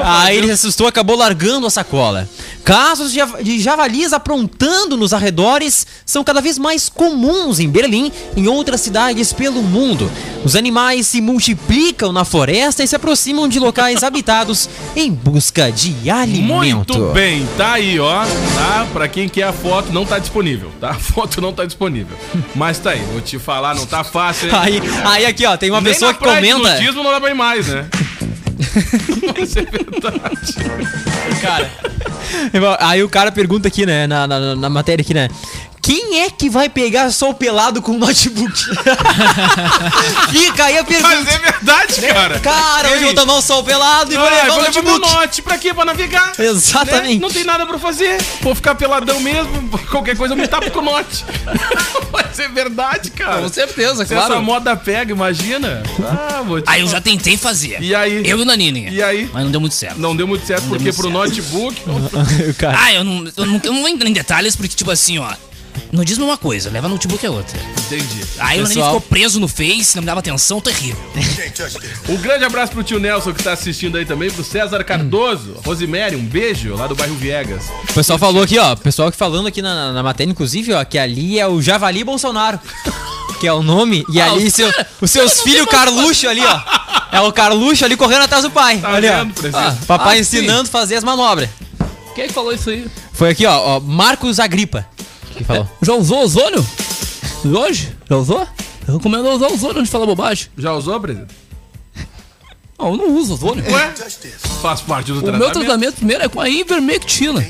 Speaker 7: Aí ele se assustou e acabou largando a sacola. Casos de jav- de javalis aprontando nos arredores são cada vez mais comuns em Berlim e em outras cidades pelo mundo. Os animais se multiplicam na floresta e se aproximam de locais habitados em busca de alimento.
Speaker 5: Muito bem, tá aí, ó. Tá? Pra quem quer a foto, não tá disponível, tá? A foto não tá disponível. Mas tá aí, vou te falar, não tá fácil. hein?
Speaker 7: Aí, aí aqui ó, tem uma
Speaker 5: Nem
Speaker 7: pessoa
Speaker 5: na
Speaker 7: que
Speaker 5: praia de
Speaker 7: comenta.
Speaker 5: nudismo não dá pra ir mais, né? Isso é verdade.
Speaker 7: cara. Aí o cara pergunta aqui, né, na, na, na matéria aqui, né? Quem é que vai pegar sol pelado com notebook? Fica aí a pergunta.
Speaker 5: Mas é verdade, cara.
Speaker 7: Cara, hoje eu vou tomar um sol pelado e vou
Speaker 5: É,
Speaker 7: levar o
Speaker 5: vou levar meu
Speaker 7: notebook.
Speaker 5: note. Pra quê? Pra navegar.
Speaker 7: Exatamente.
Speaker 5: Né? Não tem nada pra fazer. Vou ficar peladão mesmo. Qualquer coisa eu me tapo com o note. Mas é verdade, cara.
Speaker 8: Com certeza,
Speaker 5: Se
Speaker 8: é claro.
Speaker 5: essa moda pega, imagina. Ah, vou te...
Speaker 8: Aí eu já tentei fazer.
Speaker 5: E aí?
Speaker 8: Eu e o Nanini.
Speaker 5: E aí?
Speaker 8: Mas não deu muito certo.
Speaker 5: Não deu muito certo
Speaker 8: Não deu
Speaker 5: porque pro
Speaker 8: muito certo.
Speaker 5: notebook.
Speaker 8: Ah, eu não, eu, não, eu não vou entrar em detalhes porque, tipo assim, ó. Nudismo é uma coisa, leva notebook é outra.
Speaker 5: Entendi.
Speaker 8: Aí o Nanini
Speaker 7: Pessoal.
Speaker 8: ficou preso no Face, não me dava atenção, terrível.
Speaker 5: Um grande abraço pro tio Nelson que tá assistindo aí também, pro César Cardoso.
Speaker 8: Hum.
Speaker 5: Rosemary, um beijo lá do bairro Viegas.
Speaker 7: O pessoal falou aqui, ó. O pessoal que falando aqui na, na- na matéria, inclusive, ó, que ali é o Javali Bolsonaro. Que é o nome. E
Speaker 5: Ah,
Speaker 7: ali seu, os seus filhos Carluxo ali, ó. É o Carluxo ali correndo atrás do pai.
Speaker 5: Tá
Speaker 7: ali, ó.
Speaker 5: vendo, Presidente?
Speaker 7: Ah, Papai
Speaker 8: Ah, sim.
Speaker 7: ensinando a fazer as manobras.
Speaker 5: é
Speaker 8: Quem falou isso aí?
Speaker 7: Foi aqui, ó, ó Marcos Agripa. Que falou.
Speaker 8: Já usou ozônio? Hoje? Já usou? Eu comendo eu usar o zônio antes de falar bobagem.
Speaker 5: Já usou, presidente?
Speaker 8: Não, eu não uso ozônio.
Speaker 5: Ué? Faz parte do
Speaker 8: O meu tratamento primeiro é com a ivermectina.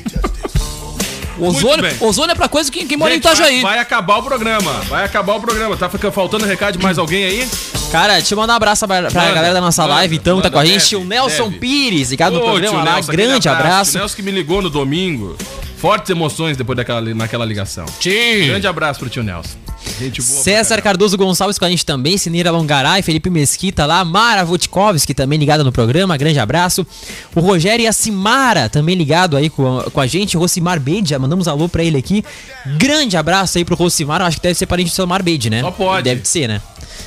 Speaker 8: Ozônio,
Speaker 5: bem.
Speaker 8: ozônio é pra coisa que quem mora em
Speaker 5: Gente, vai,
Speaker 8: Itajaí.
Speaker 5: vai acabar o programa. Vai acabar o programa. Tá fica- faltando recado de mais alguém aí?
Speaker 7: Cara, deixa eu mandar um abraço pra, pra
Speaker 5: Manda,
Speaker 7: galera da nossa
Speaker 5: manda,
Speaker 7: live, então,
Speaker 5: manda,
Speaker 7: tá com a
Speaker 5: deve,
Speaker 7: gente. o Nelson
Speaker 5: deve.
Speaker 7: Pires,
Speaker 8: Tá
Speaker 7: ligado no
Speaker 5: Ô, tio
Speaker 7: programa lá.
Speaker 5: Nelson, aquele
Speaker 7: grande abraço.
Speaker 5: Tio Nelson que me ligou no domingo. Fortes emoções depois daquela, li- naquela ligação. Grande abraço pro tio Nelson. Gente boa. pra
Speaker 7: César Cardoso Gonçalves com a gente também, Sinira Longaray, Felipe Mesquita lá, Mara Votkovski também ligada no programa, grande abraço. O Rogério e a Simara também ligado aí com a, com a gente, Rosimar Beide, já mandamos alô pra ele aqui. Grande abraço aí pro Rosimar, eu acho que deve ser parente do Selomar Beide, né?
Speaker 5: Só pode.
Speaker 7: Deve ser, né?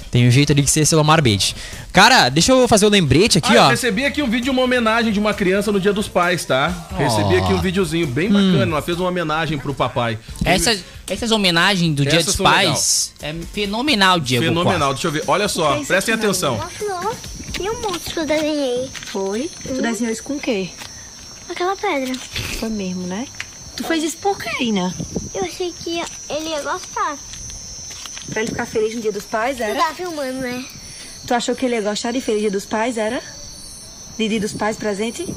Speaker 7: Tem um jeito ali que ser Selomar Beide. Cara, deixa eu fazer o lembrete aqui,
Speaker 5: Ah, eu
Speaker 7: ó.
Speaker 5: recebi aqui um vídeo, uma homenagem de uma criança no Dia dos Pais, tá? Recebi aqui um videozinho bem
Speaker 7: Hum.
Speaker 5: bacana. Ela fez uma homenagem pro papai.
Speaker 7: é
Speaker 8: Essas, essas homenagens do Dia
Speaker 5: Essas
Speaker 8: dos
Speaker 5: são legal.
Speaker 8: Pais é fenomenal, Diego.
Speaker 5: Fenomenal. Deixa eu ver. Olha só, prestem atenção.
Speaker 9: Uma flor e um monstro que eu desenhei. Foi? Tu desenhou isso com o quê? Aquela pedra. Foi mesmo, né? Tu fez isso por quê, né? Eu achei que ia- ele ia gostar.
Speaker 12: Pra ele ficar feliz no dia dos pais,
Speaker 9: Tu
Speaker 12: era?
Speaker 9: tá filmando, né?
Speaker 12: Tu achou que ele ia gostar de feliz dia dos pais, era? De dia dos pais presente?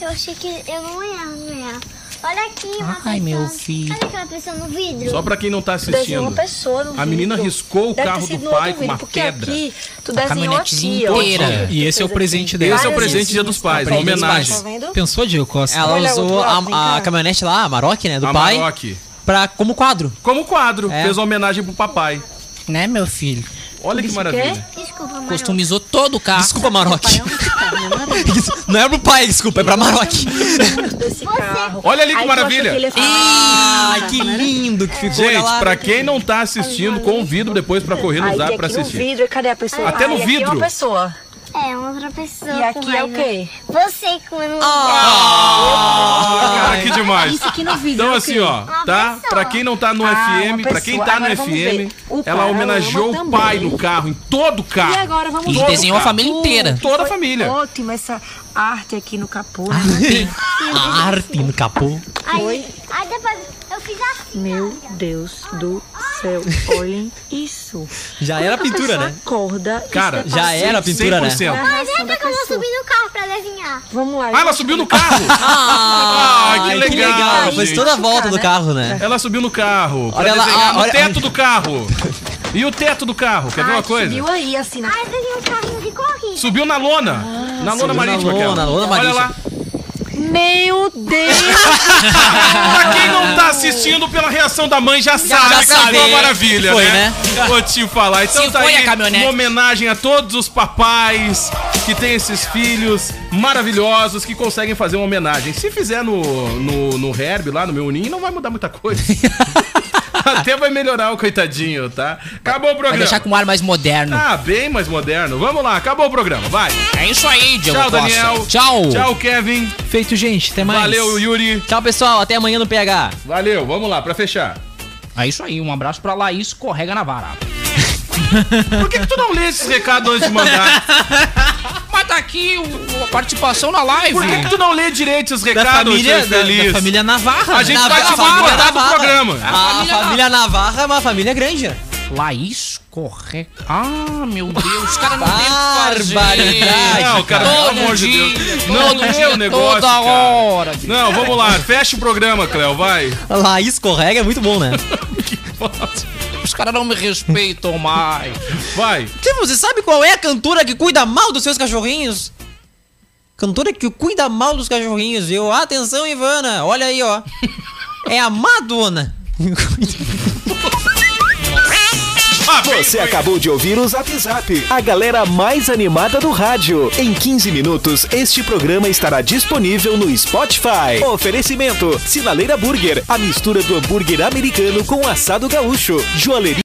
Speaker 9: Eu achei que eu não ia, não ia. Olha aqui, uma
Speaker 8: Ai,
Speaker 9: pessoa.
Speaker 8: meu filho.
Speaker 9: Olha aquela pessoa no vidro.
Speaker 5: Só pra quem não tá
Speaker 12: Desenhou
Speaker 5: assistindo.
Speaker 12: uma pessoa no
Speaker 5: A menina
Speaker 12: vidro.
Speaker 5: riscou o
Speaker 12: Deve ter
Speaker 5: carro
Speaker 12: sido
Speaker 5: do
Speaker 12: no outro
Speaker 5: pai com
Speaker 12: vidro,
Speaker 5: uma
Speaker 12: porque
Speaker 5: pedra.
Speaker 12: Aqui, tu desenhou a
Speaker 8: caminhonetezinha
Speaker 12: tia, ó.
Speaker 8: inteira.
Speaker 6: E esse é o presente dela.
Speaker 5: Esse é o presente Dia dos Pais, uma
Speaker 7: Presente dos
Speaker 5: homenagem.
Speaker 12: Tá vendo?
Speaker 6: Pensou, Diego Costa?
Speaker 7: Ela
Speaker 12: Olha,
Speaker 7: usou
Speaker 12: outro lado, vem
Speaker 7: a, a
Speaker 12: cá.
Speaker 7: caminhonete lá, a Maroc, né, do
Speaker 5: A
Speaker 7: pai,
Speaker 5: Maroc.
Speaker 7: pra, como quadro.
Speaker 5: Como quadro,
Speaker 7: É.
Speaker 5: fez uma homenagem pro papai.
Speaker 8: Né, meu filho?
Speaker 5: Olha que
Speaker 12: Isso o quê?
Speaker 5: maravilha.
Speaker 9: Desculpa, mano.
Speaker 8: Customizou todo o carro.
Speaker 7: Desculpa, Maroc.
Speaker 12: Pai, é um carro, né, Maroc?
Speaker 7: Não é pro pai, desculpa, é pra Maroc.
Speaker 12: Muito desse carro.
Speaker 5: Olha ali que
Speaker 12: Aí tu achou
Speaker 5: maravilha.
Speaker 12: que ele ia falar,
Speaker 7: Ai, que lindo que ficou. olha
Speaker 5: Gente,
Speaker 7: lá.
Speaker 5: pra quem não tá assistindo, convido depois pra correr no
Speaker 12: Aí
Speaker 5: zap
Speaker 12: aqui
Speaker 5: pra
Speaker 12: no
Speaker 5: assistir.
Speaker 12: vidro, cadê a pessoa?
Speaker 5: Até no
Speaker 12: Ai, aqui é
Speaker 5: vidro.
Speaker 12: uma pessoa.
Speaker 9: É, outra pessoa.
Speaker 12: E aqui
Speaker 9: com
Speaker 12: é o
Speaker 9: raiva.
Speaker 12: quê?
Speaker 9: Você um com eu não.
Speaker 5: Ah, cara, que demais.
Speaker 12: Isso aqui no vidro.
Speaker 5: Então
Speaker 12: é o
Speaker 5: assim,
Speaker 12: quê?
Speaker 5: ó, tá?
Speaker 9: pessoa.
Speaker 5: Pra quem não tá no
Speaker 12: Ah, uma
Speaker 5: FM, pra quem tá
Speaker 12: pessoa.
Speaker 5: no
Speaker 12: Agora vamos
Speaker 5: FM,
Speaker 12: ver. O
Speaker 5: ela
Speaker 12: cara
Speaker 5: homenageou
Speaker 12: ama
Speaker 5: o pai
Speaker 12: também.
Speaker 5: no carro, em todo o carro.
Speaker 12: E agora vamos
Speaker 8: E
Speaker 12: ver.
Speaker 8: desenhou a família inteira.
Speaker 5: Toda a
Speaker 12: Foi
Speaker 5: família.
Speaker 12: Ótima essa arte aqui no capô.
Speaker 5: Ah,
Speaker 7: A arte no capô.
Speaker 9: Aí, aí depois eu fiz assim.
Speaker 12: Meu Deus do céu, olhem isso.
Speaker 7: Já era
Speaker 12: Como que a
Speaker 7: pintura,
Speaker 12: pessoa
Speaker 7: né?
Speaker 12: Acorda, e
Speaker 5: Cara,
Speaker 12: se
Speaker 7: Já
Speaker 12: depara
Speaker 7: era a pintura, né?
Speaker 5: 100%.
Speaker 12: com a
Speaker 9: Mas
Speaker 12: reação
Speaker 9: vem
Speaker 12: da
Speaker 9: cá que eu vou
Speaker 12: pessoa.
Speaker 9: subir no carro pra desenhar.
Speaker 12: Vamos lá.
Speaker 5: Ah, ela subiu no carro. Ah, que
Speaker 7: Ai,
Speaker 5: legal.
Speaker 7: Fez
Speaker 5: gente.
Speaker 7: toda a volta do carro, né?
Speaker 5: Ela subiu no carro. pra
Speaker 7: Olha lá,
Speaker 5: desenhar
Speaker 7: ah,
Speaker 5: no
Speaker 7: olha-
Speaker 5: teto do carro. E o teto do carro, quer ver uma coisa?
Speaker 12: Viu aí, assim, na...
Speaker 9: Aí eu desenhei um carrinho de corrida.
Speaker 5: Subiu na lona. na lona marítima,
Speaker 7: lona,
Speaker 5: aquela.
Speaker 7: na lona
Speaker 5: Olha lá.
Speaker 12: Meu Deus!
Speaker 5: Pra quem não tá assistindo, pela reação da mãe, já sabe que
Speaker 7: sabe.
Speaker 5: foi uma maravilha,
Speaker 7: Foi,
Speaker 5: né? Vou te falar. Então
Speaker 8: Se
Speaker 5: tá
Speaker 8: foi
Speaker 5: aí
Speaker 8: a caminhonete.
Speaker 5: uma homenagem a todos os papais que têm esses filhos maravilhosos que conseguem fazer uma homenagem. Se fizer no, no, no Herb, lá no meu ninho, não vai mudar muita coisa. Até vai melhorar o coitadinho, tá? Acabou o
Speaker 8: Vai
Speaker 5: programa.
Speaker 8: deixar com um ar mais moderno.
Speaker 5: Ah, bem mais moderno. Vamos lá, acabou o programa, vai.
Speaker 8: É isso aí, Diego
Speaker 5: Tchau,
Speaker 8: Costa.
Speaker 5: Daniel.
Speaker 8: Tchau.
Speaker 5: Tchau, Kevin.
Speaker 6: Feito, gente. Até mais.
Speaker 5: Valeu, Yuri.
Speaker 7: Tchau, pessoal. Até amanhã no PH.
Speaker 5: Valeu, vamos lá, pra fechar.
Speaker 8: É isso aí. Um abraço pra Laís Correga Navarra.
Speaker 5: Por que, que tu não lê esses recados antes de mandar?
Speaker 8: Mas tá aqui o- a participação na live.
Speaker 5: Por que, que tu não lê direito os recados, seu
Speaker 6: da,
Speaker 5: infeliz?
Speaker 6: da família Navarra. né?
Speaker 5: A gente
Speaker 7: Nava-
Speaker 5: vai
Speaker 7: a tá
Speaker 5: te
Speaker 7: família
Speaker 5: guardar do
Speaker 7: Navarra.
Speaker 5: programa.
Speaker 7: A família Navarra é uma família grande, né?
Speaker 8: Laís Correga. Ah, meu Deus. Os caras não
Speaker 7: Barbaridade.
Speaker 5: Não, cara, pelo
Speaker 8: Todo
Speaker 5: amor de
Speaker 8: dia,
Speaker 5: Deus.
Speaker 8: todo
Speaker 5: Não lê
Speaker 8: dia,
Speaker 5: o negócio,
Speaker 8: toda
Speaker 5: cara.
Speaker 8: hora.
Speaker 5: Não, vamos lá, fecha o programa, Cléo, vai.
Speaker 7: Lá escorrega é muito bom, né?
Speaker 8: Os caras não me respeitam mais.
Speaker 5: Vai.
Speaker 7: Tipo, você sabe qual é a cantora que cuida mal dos seus cachorrinhos? Cantora que cuida mal dos cachorrinhos, viu? Atenção, Ivana. Olha aí, ó. É a Madonna.
Speaker 1: Você acabou de ouvir o Zap Zap, a galera mais animada do rádio. Em 15 minutos, este programa estará disponível no Spotify. Oferecimento: Sinaleira Burger, a mistura do hambúrguer americano com assado gaúcho. Joalheria.